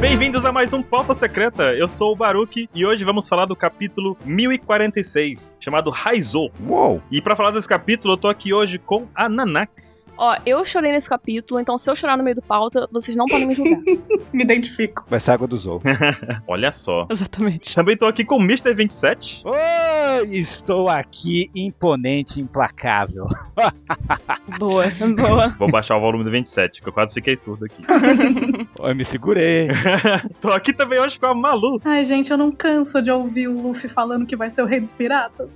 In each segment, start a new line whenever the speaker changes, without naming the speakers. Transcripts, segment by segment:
Bem-vindos a mais um Pauta Secreta. Eu sou o Baruque e hoje vamos falar do capítulo 1046, chamado Raizou.
Uou!
E pra falar desse capítulo, eu tô aqui hoje com a Nanax.
Ó, eu chorei nesse capítulo, então se eu chorar no meio do pauta, vocês não podem me julgar.
Me identifico.
Vai ser água do Zou.
Olha só.
Exatamente.
Também tô aqui com o Mr. 27.
Oi, estou aqui imponente, implacável.
Boa, boa.
Vou baixar o volume do 27, que eu quase fiquei surdo aqui.
Eu me segurei.
Tô aqui também hoje com a Malu.
Ai, gente, eu não canso de ouvir o Luffy falando que vai ser o rei dos piratas.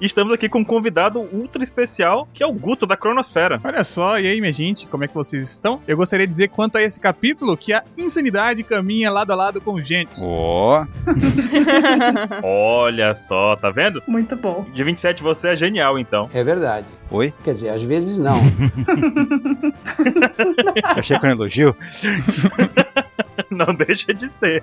E estamos aqui com um convidado ultra especial, que é o Guto, da Cronosfera.
Olha só, e aí, minha gente, como é que vocês estão? Eu gostaria de dizer quanto a esse capítulo que a insanidade caminha lado a lado com os gênios.
Ó,
Olha só, tá vendo?
Muito bom.
De 27, você é genial, então.
É verdade.
Oi?
Quer dizer, às vezes não.
achei que era um elogio.
Não deixa de ser.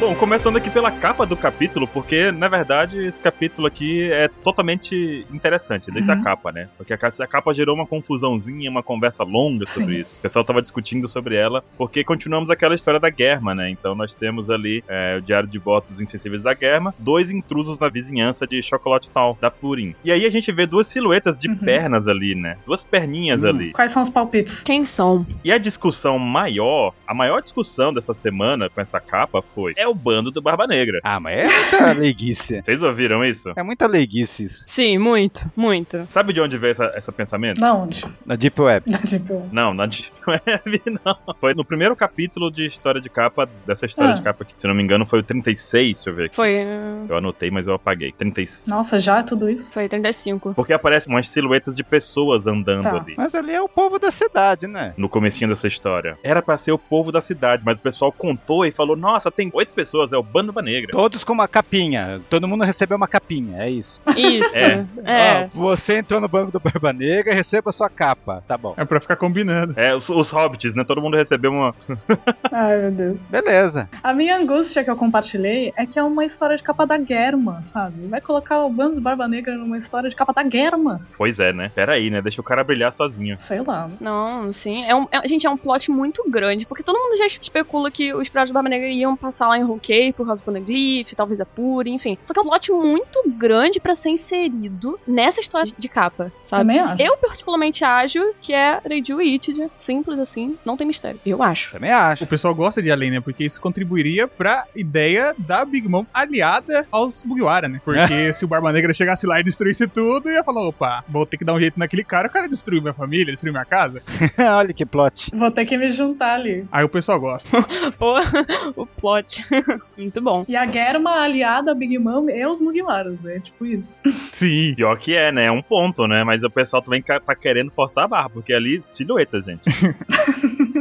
Bom, começando aqui pela capa do capítulo, porque na verdade esse capítulo aqui é totalmente interessante, desde a
Uhum.
capa, né? Porque a ca- a capa gerou uma confusãozinha, uma conversa longa sobre isso. O pessoal tava discutindo sobre ela, porque continuamos aquela história da Germa, né? Então nós temos ali é, o Diário de Bordo dos Insensíveis da Germa, dois intrusos na vizinhança de Chocolate Town, da Purim. E aí a gente vê duas silhuetas de
Uhum.
pernas ali, né? Duas perninhas
Hum.
ali.
Quais são os palpites?
Quem são?
E a discussão maior, a maior discussão dessa semana com essa capa foi: é o bando do Barba Negra.
Ah, mas é muita leiguice.
Vocês ouviram isso?
É muita leiguice isso.
Sim, muito, muito.
Sabe de onde veio essa- esse pensamento?
Da onde?
Na Deep Web.
Da tipo, Deep Web.
Não, na Deep Web, não. Foi no primeiro capítulo de história de capa, dessa história
Ah.
de capa aqui. Se não me engano, foi o 36, deixa eu ver aqui.
Foi, eh,
Eu anotei, mas eu apaguei. 36.
Nossa, já é tudo isso?
foi 35.
Porque aparecem umas silhuetas de pessoas andando
Tá.
ali.
Mas ali é o povo da cidade, né?
No comecinho dessa história. Era pra ser o povo da cidade, mas o pessoal contou e falou: Nossa, tem oito pessoas, é o Bando Ba Negra.
Todos com uma capinha. Todo mundo recebeu uma capinha, é isso.
Isso.
É.
é.
Ó, você entrou no banco do Barba Negra, receba a sua capa. Tá bom.
É pra ficar combinando.
É, os, os hobbits, né? Todo mundo recebeu uma.
Ai, meu Deus.
Beleza.
A minha angústia que eu compartilhei é que é uma história de capa da Germa, sabe? Vai colocar o bando do Barba Negra numa história de capa da Germa.
Pois é, né? Pera aí, né? Deixa o cara brilhar sozinho.
Sei lá.
Não, sim. É um, é- gente, é um plot muito grande, porque todo mundo já especula que os piratas do Barba Negra iam passar lá em Ronkei por causa do Poneglyph, talvez a Puri, enfim. Só que é um plot muito grande pra ser inserido nessa história de capa, sabe?
Também acho.
Eu particularmente acho que é Reiju e Itid, simples assim, não tem mistério. Eu acho.
Também acho.
O pessoal gosta de além, né? Porque isso contribuiria pra ideia da Big Mom aliada aos Mugiwara, né? Porque se o Barba Negra chegasse lá e destruísse tudo, ia falar: opa, vou ter que dar um jeito naquele cara, o cara destruiu minha família, destruiu minha casa.
Olha que plot.
Vou ter que me juntar ali.
Aí o pessoal gosta.
Pô, o plot. muito bom.
E a Germa aliada a Big Mom e os Mugiwaras, é tipo isso.
Sim.
Pior que é, né? É um ponto, né? Mas o pessoal também ca- tá querendo forçar a barra, porque ali, silhueta, gente.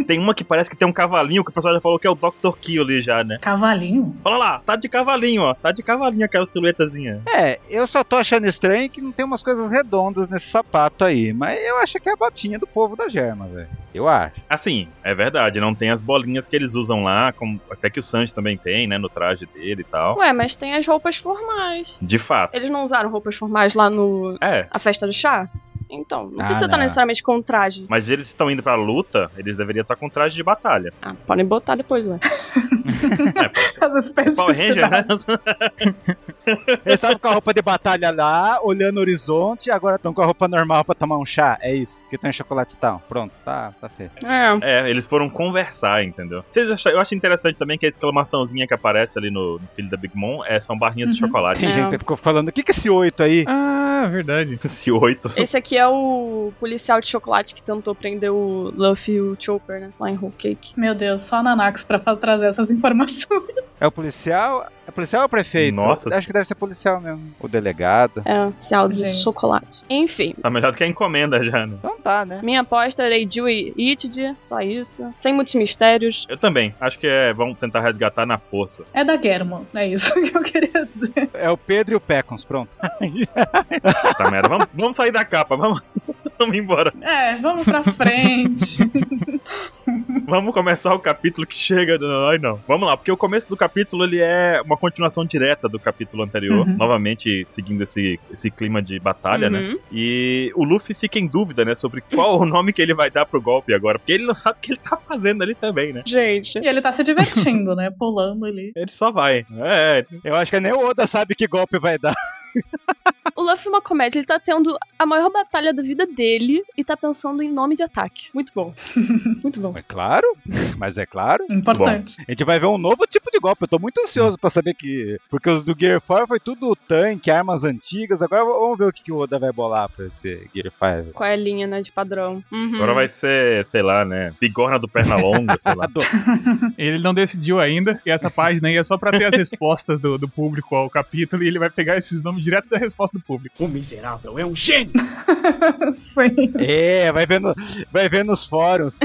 tem uma que parece que tem um cavalinho, que o pessoal já falou que é o Dr. Kill ali já, né?
Cavalinho?
Olha lá, tá de cavalinho, ó. Tá de cavalinho aquela silhuetazinha.
É, eu só tô achando estranho que não tem umas coisas redondas nesse sapato aí. Mas eu acho que é a botinha do povo da Germa, velho. Eu acho.
Assim, é verdade, não tem as bolinhas que eles usam lá, como até que o Sanji também tem, né? No traje dele e tal.
Ué, mas tem as roupas formais.
De fato.
Eles não usaram roupas formais lá no
É.
A Festa do Chá? Então, não
Ah,
precisa estar
não.
necessariamente com traje.
Mas eles estão indo pra luta, eles deveriam estar com traje de batalha.
Ah, podem botar depois, ué.
É, pode ser.
As espécies
Power Ranger,
tá
né?
Eles estavam com a roupa de batalha lá, olhando o horizonte, e agora estão com a roupa normal pra tomar um chá. É isso. Que tem chocolate tal. Pronto, tá, tá feio.
É.
É, eles foram conversar, entendeu? Vocês acham, eu acho interessante também que a exclamaçãozinha que aparece ali no, no filho da Big Mom é, são barrinhas de
Uhum.
chocolate.
Tem
É.
gente que ficou falando, o que que é esse oito aí?
Ah, verdade.
Esse oito.
Esse aqui é o policial de chocolate que tentou prender o Luffy e o Chopper, né? Lá em Whole Cake.
Meu Deus, só a Nanax pra fa- trazer essas informações.
É o policial? É policial ou prefeito?
Nossa.
Acho que deve ser policial mesmo. O delegado.
É, policial de
Gente.
chocolate. Enfim.
Tá melhor do que a encomenda já, né?
Então tá, né?
Minha aposta era Eiju e Itid, só isso. Sem muitos mistérios.
Eu também. Acho que é. Vamos tentar resgatar na força.
É da Germa, é isso que eu queria dizer.
É o Pedro e o Pecons, pronto.
Tá merda. Vamos, vamos sair da capa, vamos. Vamos embora.
É, vamos pra frente.
Vamos começar o capítulo que chega. Ai, não. Vamos lá, porque o começo do capítulo ele é uma continuação direta do capítulo anterior.
Uhum.
Novamente seguindo esse, esse clima de batalha, né?
Uhum.
E o Luffy fica em dúvida, né, sobre qual o nome que ele vai dar pro golpe agora. Porque ele não sabe o que ele tá fazendo ali também, né?
Gente.
e ele tá se divertindo, né? Pulando ali.
Ele só vai. É,
Eu acho que nem o Oda sabe que golpe vai dar.
O Luffy é uma comédia, ele tá tendo a maior batalha da vida dele e tá pensando em nome de ataque. Muito bom. Muito bom.
É claro, mas é claro.
Importante.
A gente vai ver um novo tipo de golpe. Eu tô muito ansioso pra saber que. Porque os do Gear 4 foi tudo tanque, armas antigas. Agora vamos ver o que, que o Oda vai bolar pra esse Gear 5.
Qual é a linha, né, de padrão? Uhum.
Agora vai ser, sei lá, né? Bigorna do Pernalonga, sei lá.
Ele não decidiu ainda, e essa página aí é só pra ter as respostas do, do público ao capítulo, e ele vai pegar esses nomes direto da resposta do público.
O miserável é um gênio!
Sim.
É, vai vendo, vai vendo nos fóruns.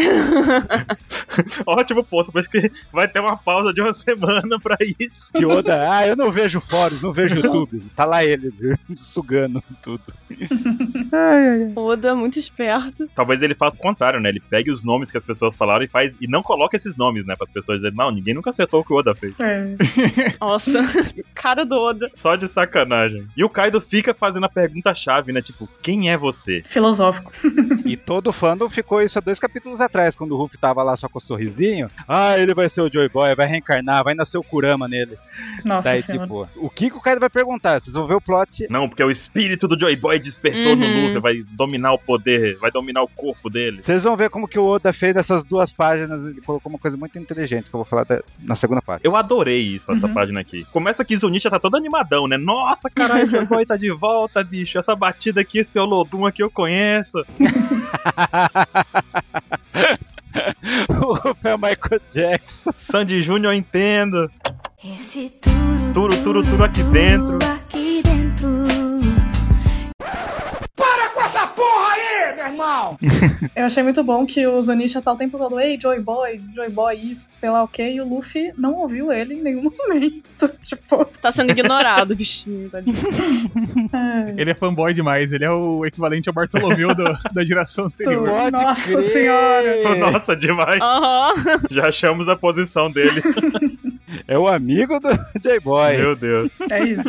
Ótimo posto, parece que vai ter uma pausa de uma semana pra isso.
Que Oda, ah, eu não vejo fóruns, não vejo YouTube. Tá lá ele, sugando tudo.
O Oda é muito esperto.
Talvez ele faça o contrário, né? Ele pegue os nomes que as pessoas falaram e faz e não coloca esses nomes, né? Para as pessoas dizerem, não, ninguém nunca acertou o que o Oda fez.
É.
Nossa, cara do Oda.
Só de sacanagem. E o Kaido fica fazendo a pergunta chave, né? Tipo, quem é você?
Filosófico.
E todo o fandom ficou isso há dois capítulos atrás, quando o Ruff tava lá só com o sorrisinho. Ah, ele vai ser o Joy Boy, vai reencarnar, vai nascer o Kurama nele.
Nossa
Daí,
senhora.
tipo, o que, que o Kaido vai perguntar? Vocês vão ver o plot.
Não, porque é o espírito do Joy Boy despertou no
Uhum.
Luffy, vai dominar o poder, vai dominar o corpo dele.
Vocês vão ver como que o Oda fez nessas duas páginas. Ele colocou uma coisa muito inteligente que eu vou falar da- na segunda parte.
Eu adorei isso, essa
Uhum.
página aqui. Começa que Zunisha tá todo animadão, né? Nossa, caralho, o Joy Boy tá de volta, bicho. Essa batida aqui, esse Olodum aqui eu conheço.
o Ruff é o Michael Jackson.
Sandy Júnior, eu entendo.
Esse tudo,
Turo, turo, turo aqui
tudo
dentro.
Aqui dentro.
Eu achei muito bom que o Zanisha tá o tempo todo, ei, Joy Boy, Joy Boy, isso, sei lá o quê, e o Luffy não ouviu ele em nenhum momento. Tipo,
Tá sendo ignorado, bichinho. tá tadinho.
é,
Ele é fanboy demais, ele é o equivalente ao Bartolomeu do- da geração anterior.
Pode Nossa
crer. É.
Senhora.
Nossa, demais.
Uhum. Aham.
Já achamos a posição dele.
É o amigo do J-Boy.
Meu Deus.
é isso.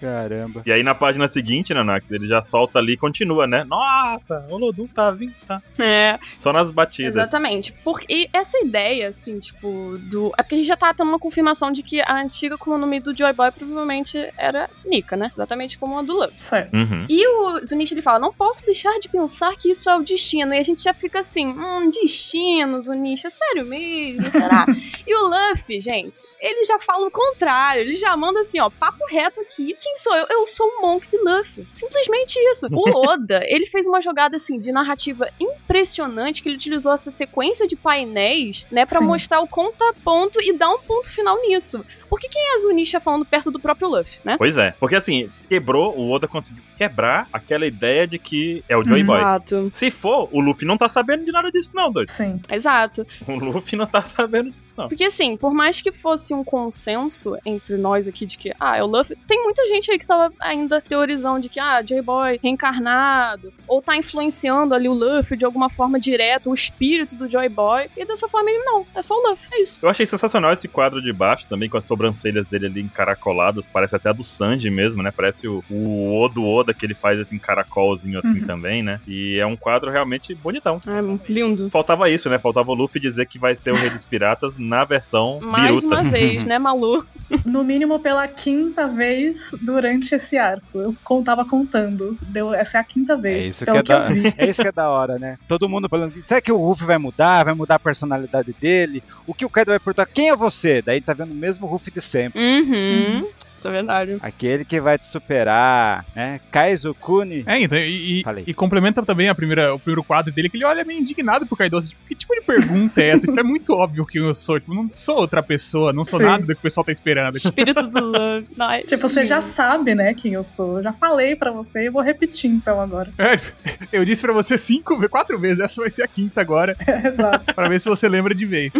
Caramba.
E aí na página seguinte, né, Nanax, ele já solta ali e continua, né? Nossa, o Lodum tá vindo, tá.
É.
Só nas batidas.
Exatamente. Porque e essa ideia, assim, tipo, do. É porque a gente já tá tendo uma confirmação de que a antiga com o nome do Joy Boy provavelmente era Nika, né? Exatamente como a do Luffy.
Certo.
Uhum.
E o Zunichi, ele fala, não posso deixar de pensar que isso é o destino. E a gente já fica assim, hum, destino, Zunichi, é sério mesmo, será? e o Luffy, gente, ele já fala o contrário. Ele já manda assim, ó, papo reto aqui. Quem sou eu? Eu sou o Monk de Luffy. Simplesmente isso. O Oda, ele fez uma jogada, assim, de narrativa impressionante, que ele utilizou essa sequência de painéis, né, pra
Sim.
mostrar o contraponto e dar um ponto final nisso. Por que quem é a Zunisha falando perto do próprio Luffy, né?
Pois é. Porque assim, quebrou, o Oda conseguiu quebrar aquela ideia de que é o Joy Boy.
Exato.
Se for, o Luffy não tá sabendo de nada disso, não, doido.
Sim.
Exato.
O Luffy não tá sabendo disso, não.
Porque assim, por mais que fosse um consenso entre nós aqui de que, ah, é o Luffy, tem muita gente aí que tava ainda teorizando de que, ah, J-Boy reencarnado, ou tá influenciando ali o Luffy de alguma forma direta, o espírito do Joy Boy, e dessa forma ele não, é só o Luffy, é isso.
Eu achei sensacional esse quadro de baixo também, com as sobrancelhas dele ali encaracoladas. Parece até a do Sanji mesmo, né? Parece o, o Odo Oda que ele faz assim, caracolzinho assim
Uhum.
também, né? E é um quadro realmente bonitão.
É, lindo.
Faltava isso, né? Faltava o Luffy dizer que vai ser o Rei dos Piratas na versão
Mais
biruta.
uma vez, né, Malu?
No mínimo pela quinta vez durante esse arco. Eu contava contando. Deu, essa é a quinta vez.
isso
pelo
que é da-
eu vi.
É isso que é da hora, né? Todo mundo falando. Será que o Ruff vai mudar? Vai mudar a personalidade dele? O que o Kaido vai perguntar? Quem é você? Daí tá vendo o mesmo Ruff de sempre.
Uhum. Isso é verdade.
Aquele que vai te superar, né? Kaizukuni.
É, então, e, e-
Falei.
e complementa também a primeira, o primeiro quadro dele, que ele olha meio indignado pro Kaido, assim, tipo, que tipo de pergunta é essa? Tipo, é muito óbvio que eu sou, tipo, não sou outra pessoa, não sou
Sim.
nada do que o pessoal tá esperando. Tipo,
Espírito do Luffy. é- Ai,
Tipo, você já
lindo.
sabe, né, quem eu sou. Eu já falei pra você e vou repetir então agora.
é, eu disse pra você cinco, ve- quatro vezes, essa vai ser a quinta agora,
Exato,
pra ver se você lembra de vez.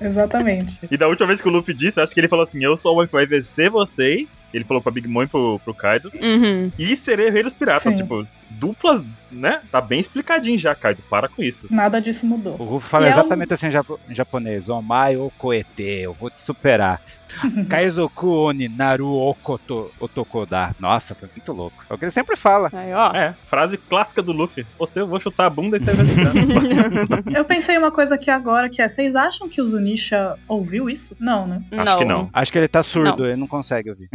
exatamente.
E da última vez que o Luffy disse, acho que ele falou assim: Eu sou o homem que vai vencer vocês. Ele falou pra Big Mom e pro, pro Kaido.
Uhum.
E serei o rei dos piratas.
Sim.
Tipo, duplas, né? Tá bem explicadinho já, Kaido. Para com isso.
Nada disso mudou.
O Ruff fala
E é um-
exatamente assim em japo- em japonês. Omai okoete, eu vou te superar. Kaizoku oni naru okoto otokoda. Nossa, foi muito louco. É o que ele sempre fala.
Aí, ó.
É, frase clássica do Luffy. Você, eu vou chutar a bunda e você vai chutar.
Eu pensei uma coisa aqui agora, que é, vocês acham que o Zunisha ouviu isso? Não, né?
Acho que não.
Acho que ele tá surdo,
Não.
ele não consegue ouvir.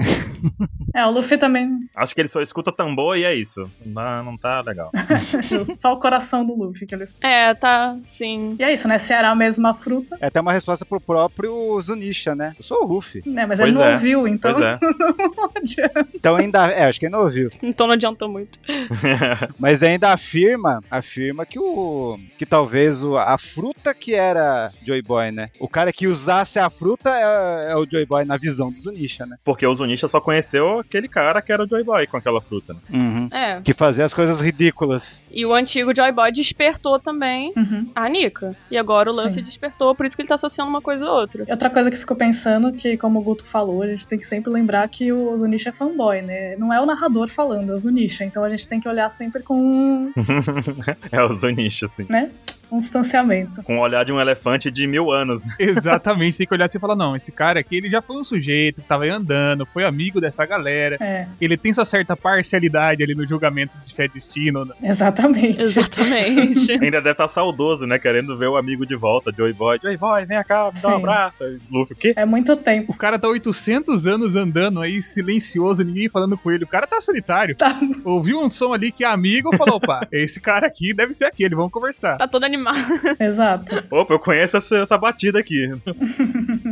É, o Luffy também,
Acho que ele só escuta tambor e é isso. Não, dá- não tá legal.
só o coração do Luffy que eles...
É, tá, sim.
E é isso, né? Ceará é a mesma fruta,
É até uma resposta pro próprio Zunisha, né? Eu sou o Ruff.
né? Mas
Pois
ele não
é.
ouviu, então
Pois é.
não adianta.
Então ainda. É, acho que ele não ouviu.
Então não adiantou muito.
Mas ainda afirma, afirma que o que talvez o- a fruta que era Joy Boy, né? O cara que usasse a fruta é, é o Joy Boy na visão do Zunisha, né?
Porque o Zunisha só conheceu aquele cara que era o Joy Boy com aquela fruta. Né?
Uhum.
É.
Que fazia as coisas ridículas.
E o antigo Joy Boy despertou também
Uhum.
a Nika. E agora o Luffy
Sim.
despertou, por isso que ele tá associando uma coisa a outra.
E Outra coisa que eu fico pensando, que como o Guto falou, a gente tem que sempre lembrar que o Zunisha é fanboy, né? Não é o narrador falando, é o Zunisha. Então a gente tem que olhar sempre com um,
é o Zunisha, assim.
um distanciamento.
Com o olhar de um elefante de mil anos.
Exatamente, tem que olhar assim e falar: não, esse cara aqui ele já foi um sujeito que tava aí andando, foi amigo dessa galera.
É,
Ele tem sua certa parcialidade ali no julgamento de se é destino ou não.
exatamente.
Exatamente.
Ainda deve estar saudoso, né? Querendo ver o amigo de volta, Joy Boy. Joy Boy, vem cá, me dá um
Sim.
abraço. Aí, Luffy, o quê?
É muito tempo.
O cara tá 800 anos andando aí, silencioso, ninguém falando com ele. O cara tá solitário.
Tá.
Ouviu um som ali que é amigo, falou: opa, esse cara aqui deve ser aquele, vamos conversar.
tá todo animado.
Exato.
Opa, eu conheço essa, essa batida aqui.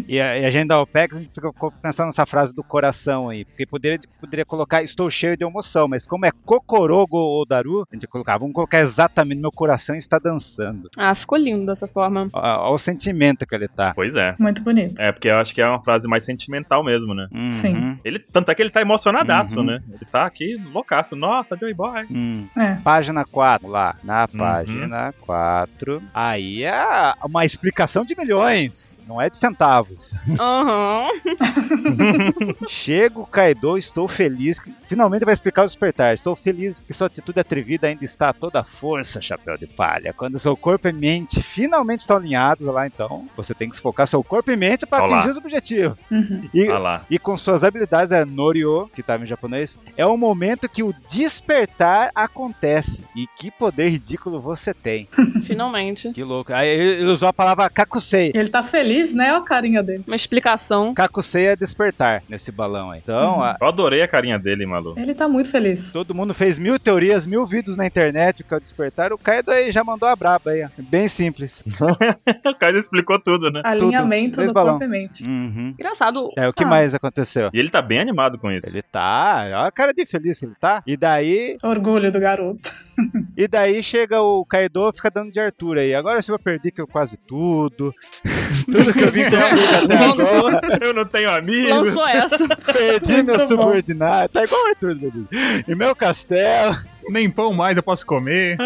E a, e a gente da OPEX, a gente fica co- pensando nessa frase do coração aí. Porque poderia, poderia colocar estou cheio de emoção, mas como é Kokorogo ou Daru, a gente ia colocar, vamos colocar exatamente meu coração está dançando.
Ah, ficou lindo dessa forma.
Olha o sentimento que ele tá.
Pois é.
Muito bonito.
É, porque eu acho que é uma frase mais sentimental mesmo, né?
Uhum.
Sim.
Ele, tanto é que ele tá emocionadaço,
Uhum.
né? Ele tá aqui loucaço. Nossa, Joy Boy.
Hum.
É.
Página 4, lá, na
Uhum.
página 4. Aí é uma explicação de milhões, não é de centavos.
Aham.
Chego, Kaido, estou feliz. que- Finalmente vai explicar o despertar. Estou feliz que sua atitude atrevida ainda está a toda força, chapéu de palha. Quando seu corpo e mente finalmente estão alinhados, lá então, você tem que focar seu corpo e mente para
Olha lá. Ah.
atingir os objetivos.
Uhum.
E,
Olha lá.
e com suas habilidades, é Norio, que estava em japonês, é o momento que o despertar acontece. E que poder ridículo você tem.
Finalmente.
Que louco. Aí ele ele usou a palavra kakusei.
E ele tá feliz, né? Olha a carinha dele.
Uma explicação.
Kakusei é despertar nesse balão aí. Então,
Uhum.
a-
Eu adorei a carinha dele, maluco.
Ele tá muito feliz.
todo mundo fez mil teorias, mil vídeos na internet o que é o despertar. O Kaido aí já mandou a braba aí. ó. Bem simples.
O Kaido explicou tudo, né?
Alinhamento
Dois
do
balão.
corpo e mente.
Uhum.
Engraçado.
É, o que
Ah.
mais aconteceu?
E ele tá bem animado com isso.
Ele tá, olha a cara de feliz que ele tá. E daí,
Orgulho do garoto.
e daí chega o Kaido fica dando de Arthur aí. Agora você vai perder que eu quase tudo. tudo que eu vim comigo até agora.
Eu não tenho amigos.
Lançou essa.
Perdi
Muito
meu
bom.
subordinado. Tá igual o Arthur, meu Deus. E meu castelo.
Nem pão mais eu posso comer.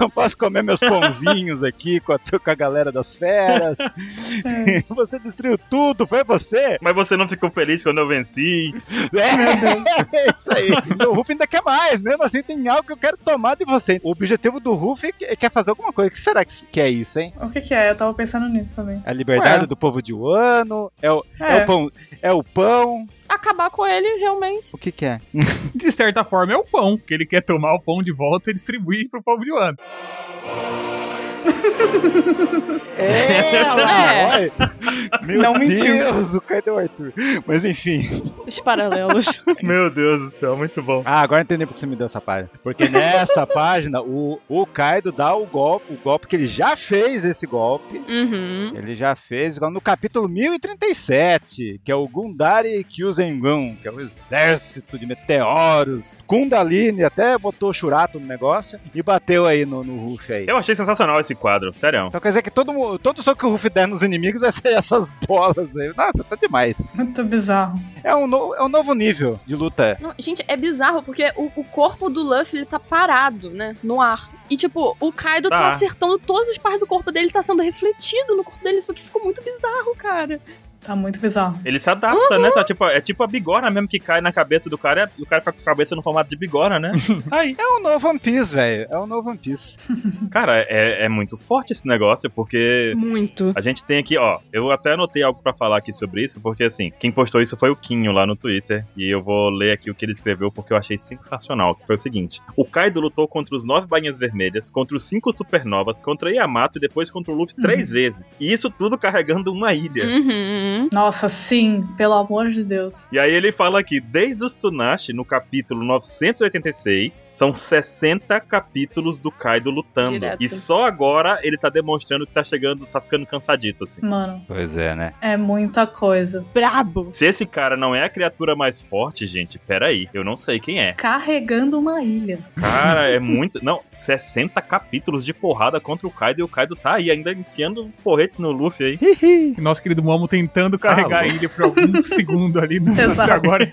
Eu posso comer meus pãozinhos aqui com a, com a galera das feras.
É.
Você destruiu tudo, foi você?
Mas você não ficou feliz quando eu venci.
É, é isso aí. O Ruff ainda quer mais, mesmo assim tem algo que eu quero tomar de você. O objetivo do Ruff é que- é quer fazer alguma coisa. O que será que, que é isso, hein?
O que que é? Eu tava pensando nisso também.
A liberdade
Ué.
do povo de Wano? É o, é.
É.
o pão? É o pão?
Acabar com ele, realmente.
O que que é?
De certa forma, é o pão, que ele quer tomar o pão de volta e distribuir pro povo de Wano.
É, lá,
É.
olha. Meu
Não
Deus,
mentiu.
o Kaido é o Arthur. Mas enfim.
Os paralelos.
Meu Deus do céu, muito bom.
Ah, agora entendi por que você me deu essa página. Porque nessa página, o, o Kaido dá o golpe, o golpe que ele já fez esse golpe.
Uhum.
Ele já fez igual no capítulo 1037, que é o Gundari Kyuzengun, que é o exército de meteoros. Kundalini até botou o Shurato no negócio e bateu aí no, no Ruff aí.
Eu achei sensacional esse quadro, sério.
Então quer dizer que todo, mu- todo soco que o Ruff der nos inimigos vai sair essas bolas aí. Nossa, tá demais.
Muito bizarro.
É um, no- é um novo nível de luta.
Não, gente, é bizarro, porque o, o corpo do Luffy, ele tá parado, né? No ar. E, tipo, o Kaido tá,
Tá.
acertando todas as partes do corpo dele, tá sendo refletido no corpo dele. Isso aqui ficou muito bizarro, cara.
Tá muito bizarro.
Ele se adapta, né? Tá tipo, é tipo a bigorna mesmo que cai na cabeça do cara e o cara fica com a cabeça no formato de bigorna, né? Tá aí.
É o novo One Piece, velho. É o novo One Piece.
Cara, é, é muito forte esse negócio, porque
Muito.
a gente tem aqui, ó. Eu até anotei algo pra falar aqui sobre isso, porque assim, quem postou isso foi o Quinho lá no Twitter. E eu vou ler aqui o que ele escreveu, porque eu achei sensacional. Que foi o seguinte: O Kaido lutou contra os nove bainhas vermelhas, contra os cinco supernovas, contra Yamato e depois contra o Luffy três vezes. E isso tudo carregando uma ilha.
Uhum.
Nossa, sim, pelo amor de Deus.
E aí ele fala aqui, desde o Tsunashi, no capítulo 986, são 60 capítulos do Kaido lutando.
Direto.
E só agora ele tá demonstrando que tá chegando, tá ficando cansadito, assim.
Mano,
Pois é, né?
é muita coisa.
Brabo.
Se esse cara não é a criatura mais forte, gente, peraí, eu não sei quem é.
Carregando uma ilha.
Cara, é muito. Não, 60 capítulos de porrada contra o Kaido e o Kaido tá aí ainda enfiando um porrete no Luffy aí.
E nosso querido Momo tentando carregar
Ah,
ele por algum segundo ali no,
Exato.
até agora.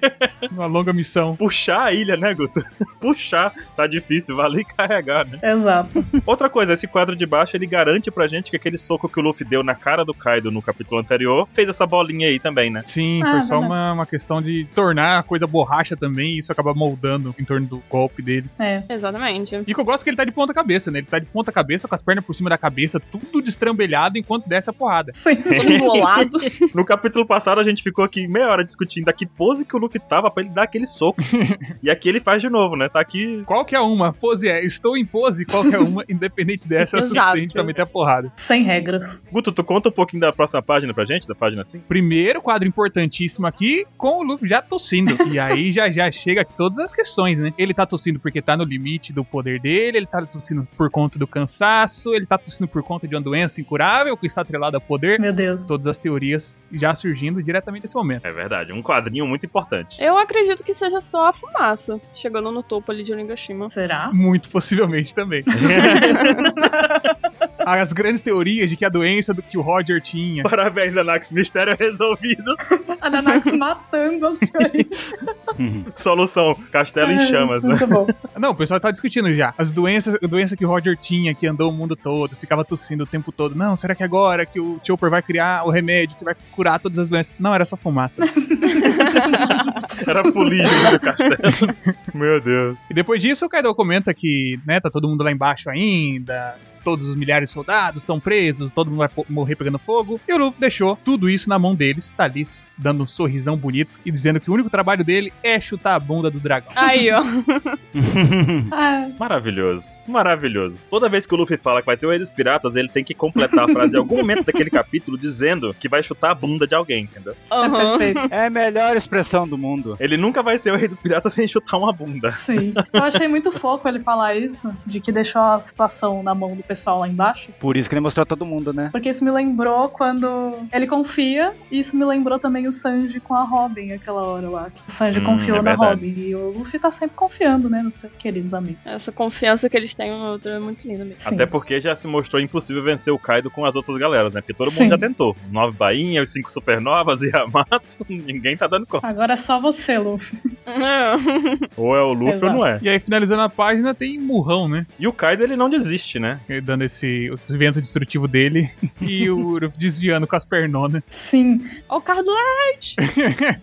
Uma longa missão.
Puxar a ilha, né, Guto? Puxar tá difícil, vale carregar, né?
Exato.
Outra coisa, esse quadro de baixo ele garante pra gente que aquele soco que o Luffy deu na cara do Kaido no capítulo anterior fez essa bolinha aí também, né?
Sim,
Ah,
foi só
verdade.
uma, uma questão de tornar a coisa borracha também e isso acaba moldando em torno do golpe dele.
É.
Exatamente.
E que eu gosto que ele tá de ponta cabeça, né? Ele tá de ponta cabeça com as pernas por cima da cabeça, tudo destrambelhado enquanto desce a porrada.
Sim.
Todo embolado.
No capítulo passado a gente ficou aqui meia hora discutindo a que pose que o Luffy tava pra ele dar aquele soco. e aqui ele faz de novo, né? Tá aqui.
Qualquer uma, pose é, estou em pose, qualquer uma, independente dessa, é o
Exato.
suficiente pra meter a porrada.
Sem regras.
Guto, tu conta um pouquinho da próxima página pra gente, da página 5?
Primeiro quadro importantíssimo aqui, com o Luffy já tossindo. E aí já já chega aqui todas as questões, né? Ele tá tossindo porque tá no limite do poder dele, ele tá tossindo por conta do cansaço, ele tá tossindo por conta de uma doença incurável que está atrelada ao poder.
Meu Deus.
Todas as teorias já surgindo diretamente nesse momento.
É verdade, um quadrinho muito importante.
Eu acredito que seja só a fumaça chegando no topo ali de Onigashima.
Será?
Muito possivelmente também. As grandes teorias de que a doença do que o Roger tinha
Parabéns, Anax, mistério resolvido.
A Nanax matando as teorias.
Solução, castelo em chamas, né?
É, Muito bom.
Não, o pessoal tá discutindo já. As doenças, a doença que o Roger tinha, que andou o mundo todo, ficava tossindo o tempo todo. Não, será que agora que o Chopper vai criar o remédio que vai curar todas as doenças? Não, era só fumaça.
Era fuligem do castelo. Meu Deus.
e depois disso, o Kaido comenta que, né, tá todo mundo lá embaixo ainda, todos os milhares de soldados estão presos, todo mundo vai po- morrer pegando fogo. E o Luffy deixou tudo isso na mão deles, tá ali dando um sorrisão bonito e dizendo que o único trabalho dele é chutar a bunda do dragão.
Aí, ó.
Ah,
Maravilhoso, maravilhoso. Toda vez que o Luffy fala que vai ser o Rei dos Piratas, ele tem que completar a frase em algum momento daquele capítulo dizendo que vai chutar a bunda de alguém, entendeu?
é
Aham.
perfeito.
É a melhor expressão do mundo.
Ele nunca vai ser o Rei do Pirata sem chutar uma bunda.
Sim. Eu achei muito fofo ele falar isso, de que deixou a situação na mão do pessoal lá embaixo.
Por isso que ele mostrou todo mundo, né?
Porque isso me lembrou quando ele confia, e isso me lembrou também o Sanji com a Robin aquela hora lá. Que o Sanji
Hum,
confiou
é
na
verdade.
Robin. E o Luffy tá sempre confiando, né, nos seus queridos amigos.
Essa confiança que eles têm um no outro é muito linda mesmo.
Sim.
Até porque já se mostrou impossível vencer o Kaido com as outras galeras, né? Porque todo mundo
Sim.
já tentou. Nove bainhas, os cinco supernovas e Yamato, ninguém tá dando conta.
Agora é só você, Luffy.
Ou é o Luffy ou não é.
E aí, finalizando a página, tem Murrão, né? eh,
E o Kaido, ele não desiste, né?
dando esse o vento destrutivo dele e o Ruff desviando com as pernonas.
Sim.
Ó, o carro do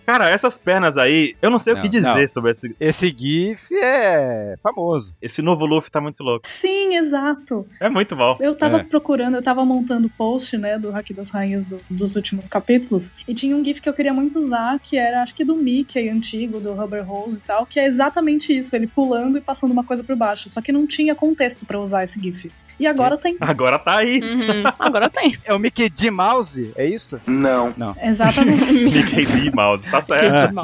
Cara, essas pernas aí, eu não sei o que
Não,
dizer
não.
sobre esse...
Esse GIF é famoso.
Esse novo Luffy tá muito louco.
Sim, exato.
É muito bom.
Eu tava
É.
procurando, eu tava montando post, né, do Hack das Rainhas do- dos últimos capítulos, e tinha um GIF que eu queria muito usar, que era, acho que do Mickey antigo, do Rubber Hose e tal, que é exatamente isso, ele pulando e passando uma coisa por baixo. Só que não tinha contexto pra usar esse GIF. E agora tem.
Agora tá aí.
Uhum. Agora tem.
É o Mickey D. Mouse? É isso? Não. Não.
Exatamente.
Mickey D. Mouse, tá certo.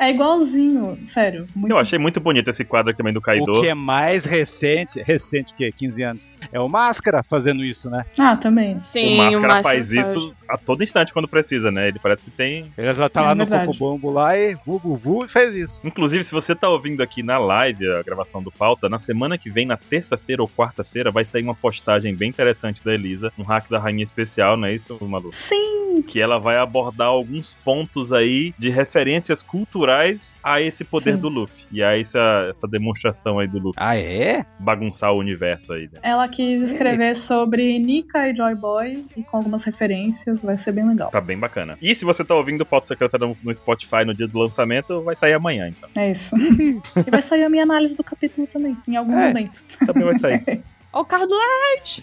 É.
é igualzinho, sério. Muito...
Eu achei muito bonito esse quadro aqui também do Kaido.
O que é mais recente, recente o quê? 15 anos. É o Máscara fazendo isso, né?
Ah, também.
Sim,
o Máscara faz isso a todo instante quando precisa, né? Ele parece que tem.
Ele já tá
É
lá no
verdade.
Cocobombo lá e vugu vu e fez isso.
Inclusive, se você tá ouvindo aqui na live a gravação do pauta, na semana que vem, na terça-feira ou quarta-feira, vai sair uma postagem bem interessante da Elisa, um hack da rainha especial, não é isso, Malu?
Sim,
que ela vai abordar alguns pontos aí de referências culturais a esse poder
Sim.
do Luffy. E a essa, essa demonstração aí do Luffy
Ah, é?
bagunçar o universo aí, né?
Ela quis escrever sobre Nika e Joy Boy e com algumas referências, vai ser bem legal.
Tá bem bacana. E se você tá ouvindo o Pauta Secreta no, no Spotify no dia do lançamento, vai sair amanhã, então.
É isso. e vai sair a minha análise do capítulo também, em algum
É.
momento.
Também vai sair.
Ó, o carro do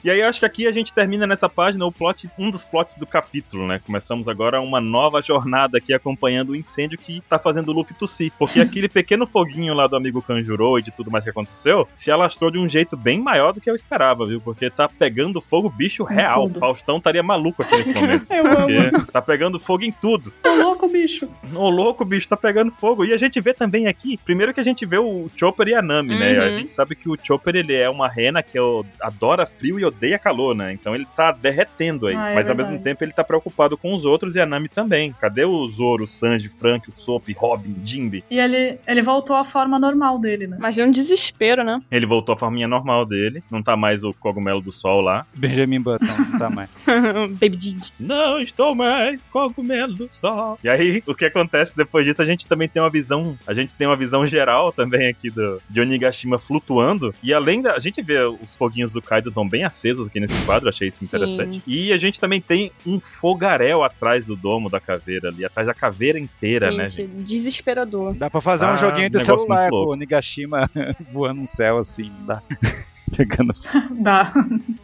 E aí eu acho que aqui a gente termina nessa página o plot, um dos plots do capítulo, né? Começamos agora uma nova jornada aqui acompanhando o incêndio que tá fazendo o Luffy tossir. Porque aquele pequeno foguinho lá do amigo Kanjuro e de tudo mais que aconteceu, se alastrou de um jeito bem maior do que eu esperava, viu? Porque tá pegando fogo bicho real.
tudo.
Faustão estaria maluco aqui nesse momento.
Eu amo.
Porque tá pegando fogo em tudo.
Tô louco, bicho.
Ô, louco, bicho, tá pegando fogo. E a gente vê também aqui, primeiro que a gente vê o Chopper e a Nami, né?
Uhum.
A gente sabe que o Chopper, ele é uma rena que o- adora frio e odeia calor, né? Então ele tá derretendo aí.
Ah, é
Mas ao
verdade.
mesmo tempo ele tá preocupado com os outros e a Nami também. Cadê o Zoro, o Sanji, o Frank, o Sop, Robin, o Jimbe?
E ele, ele voltou à forma normal dele, né?
Mas deu um desespero, né?
Ele voltou à forminha normal dele. Não tá mais o cogumelo do sol lá.
Benjamin Button, não tá mais.
Baby Didi.
Não estou mais cogumelo do sol. E aí, o que acontece depois disso? A gente também tem uma visão, a gente tem uma visão geral também aqui do de Onigashima flutuando. E além da a gente vê os foguinhos do Kaido tão bem acesos aqui nesse quadro, achei isso interessante. E a gente também tem um fogaréu atrás do domo da caveira ali, atrás da caveira inteira, né, gente?
Gente, desesperador.
Dá pra fazer
Ah,
um joguinho de
negócio
celular
muito
com
louco.
o Nigashima voando no céu assim, não dá. Pegando
Dá.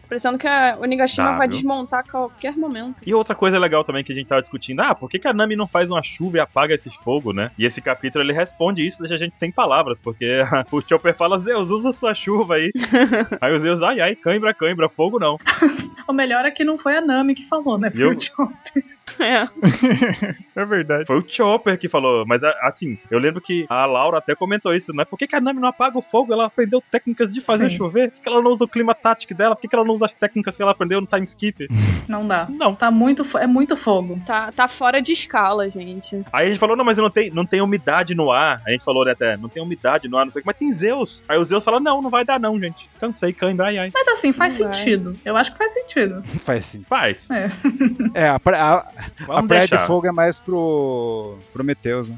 Parecendo que a Onigashima
Dá,
vai
viu?
desmontar a qualquer momento.
E outra coisa legal também que a gente tava discutindo, ah, por que, que a Nami não faz uma chuva e apaga esse fogo, né? E esse capítulo ele responde isso, deixa a gente sem palavras, porque o Chopper fala, Zeus, usa sua chuva aí. aí o Zeus, ai, ai, cãibra, cãibra, fogo não.
O melhor é que não foi a Nami que falou, né? Foi
Eu-
o John.
É.
É verdade.
Foi o Chopper que falou, mas a- assim, eu lembro que a Laura até comentou isso, né? Por que, que a Nami não apaga o fogo? Ela aprendeu técnicas de fazer
Sim.
chover? Por que, que ela não usa o clima tático dela? Por que, que ela não usa as técnicas que ela aprendeu no time skip?
Não dá.
Não.
Tá muito. fo- É muito fogo.
Tá, tá fora de escala, gente.
Aí a gente falou, não, mas não tem, não tem umidade no ar. Aí A gente falou, né, até, não tem umidade no ar, não sei o que, mas tem Zeus. Aí o Zeus fala, não, não vai dar não, gente. Cansei, cãibra, ai, ai.
Mas assim, faz
Não vai.
sentido. Eu acho que faz sentido.
faz assim.
Faz,
É.
É, a, pra- a, a
vamos
praia
deixar.
de fogo é mais pro Prometeus, né?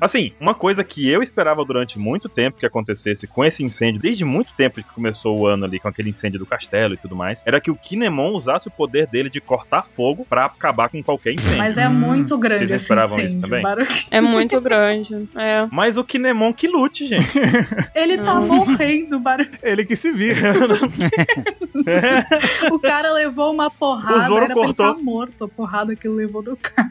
Assim, uma coisa que eu esperava durante muito tempo que acontecesse com esse incêndio, desde muito tempo que começou o ano ali, com aquele incêndio do castelo e tudo mais, era que o Kinemon usasse o poder dele de cortar fogo pra acabar com qualquer incêndio. Mas...
Mas é
Hum.
muito grande
Vocês
esse
esperavam
incêndio.
isso também?
Barulho-
É muito grande. É.
o Kinemon que lute, gente.
Ele tá
Não.
morrendo, barulho.
Ele que se vira.
O cara levou uma porrada.
O Zoro
era pra ele
cortou.
tá morto. A porrada que ele levou do cara.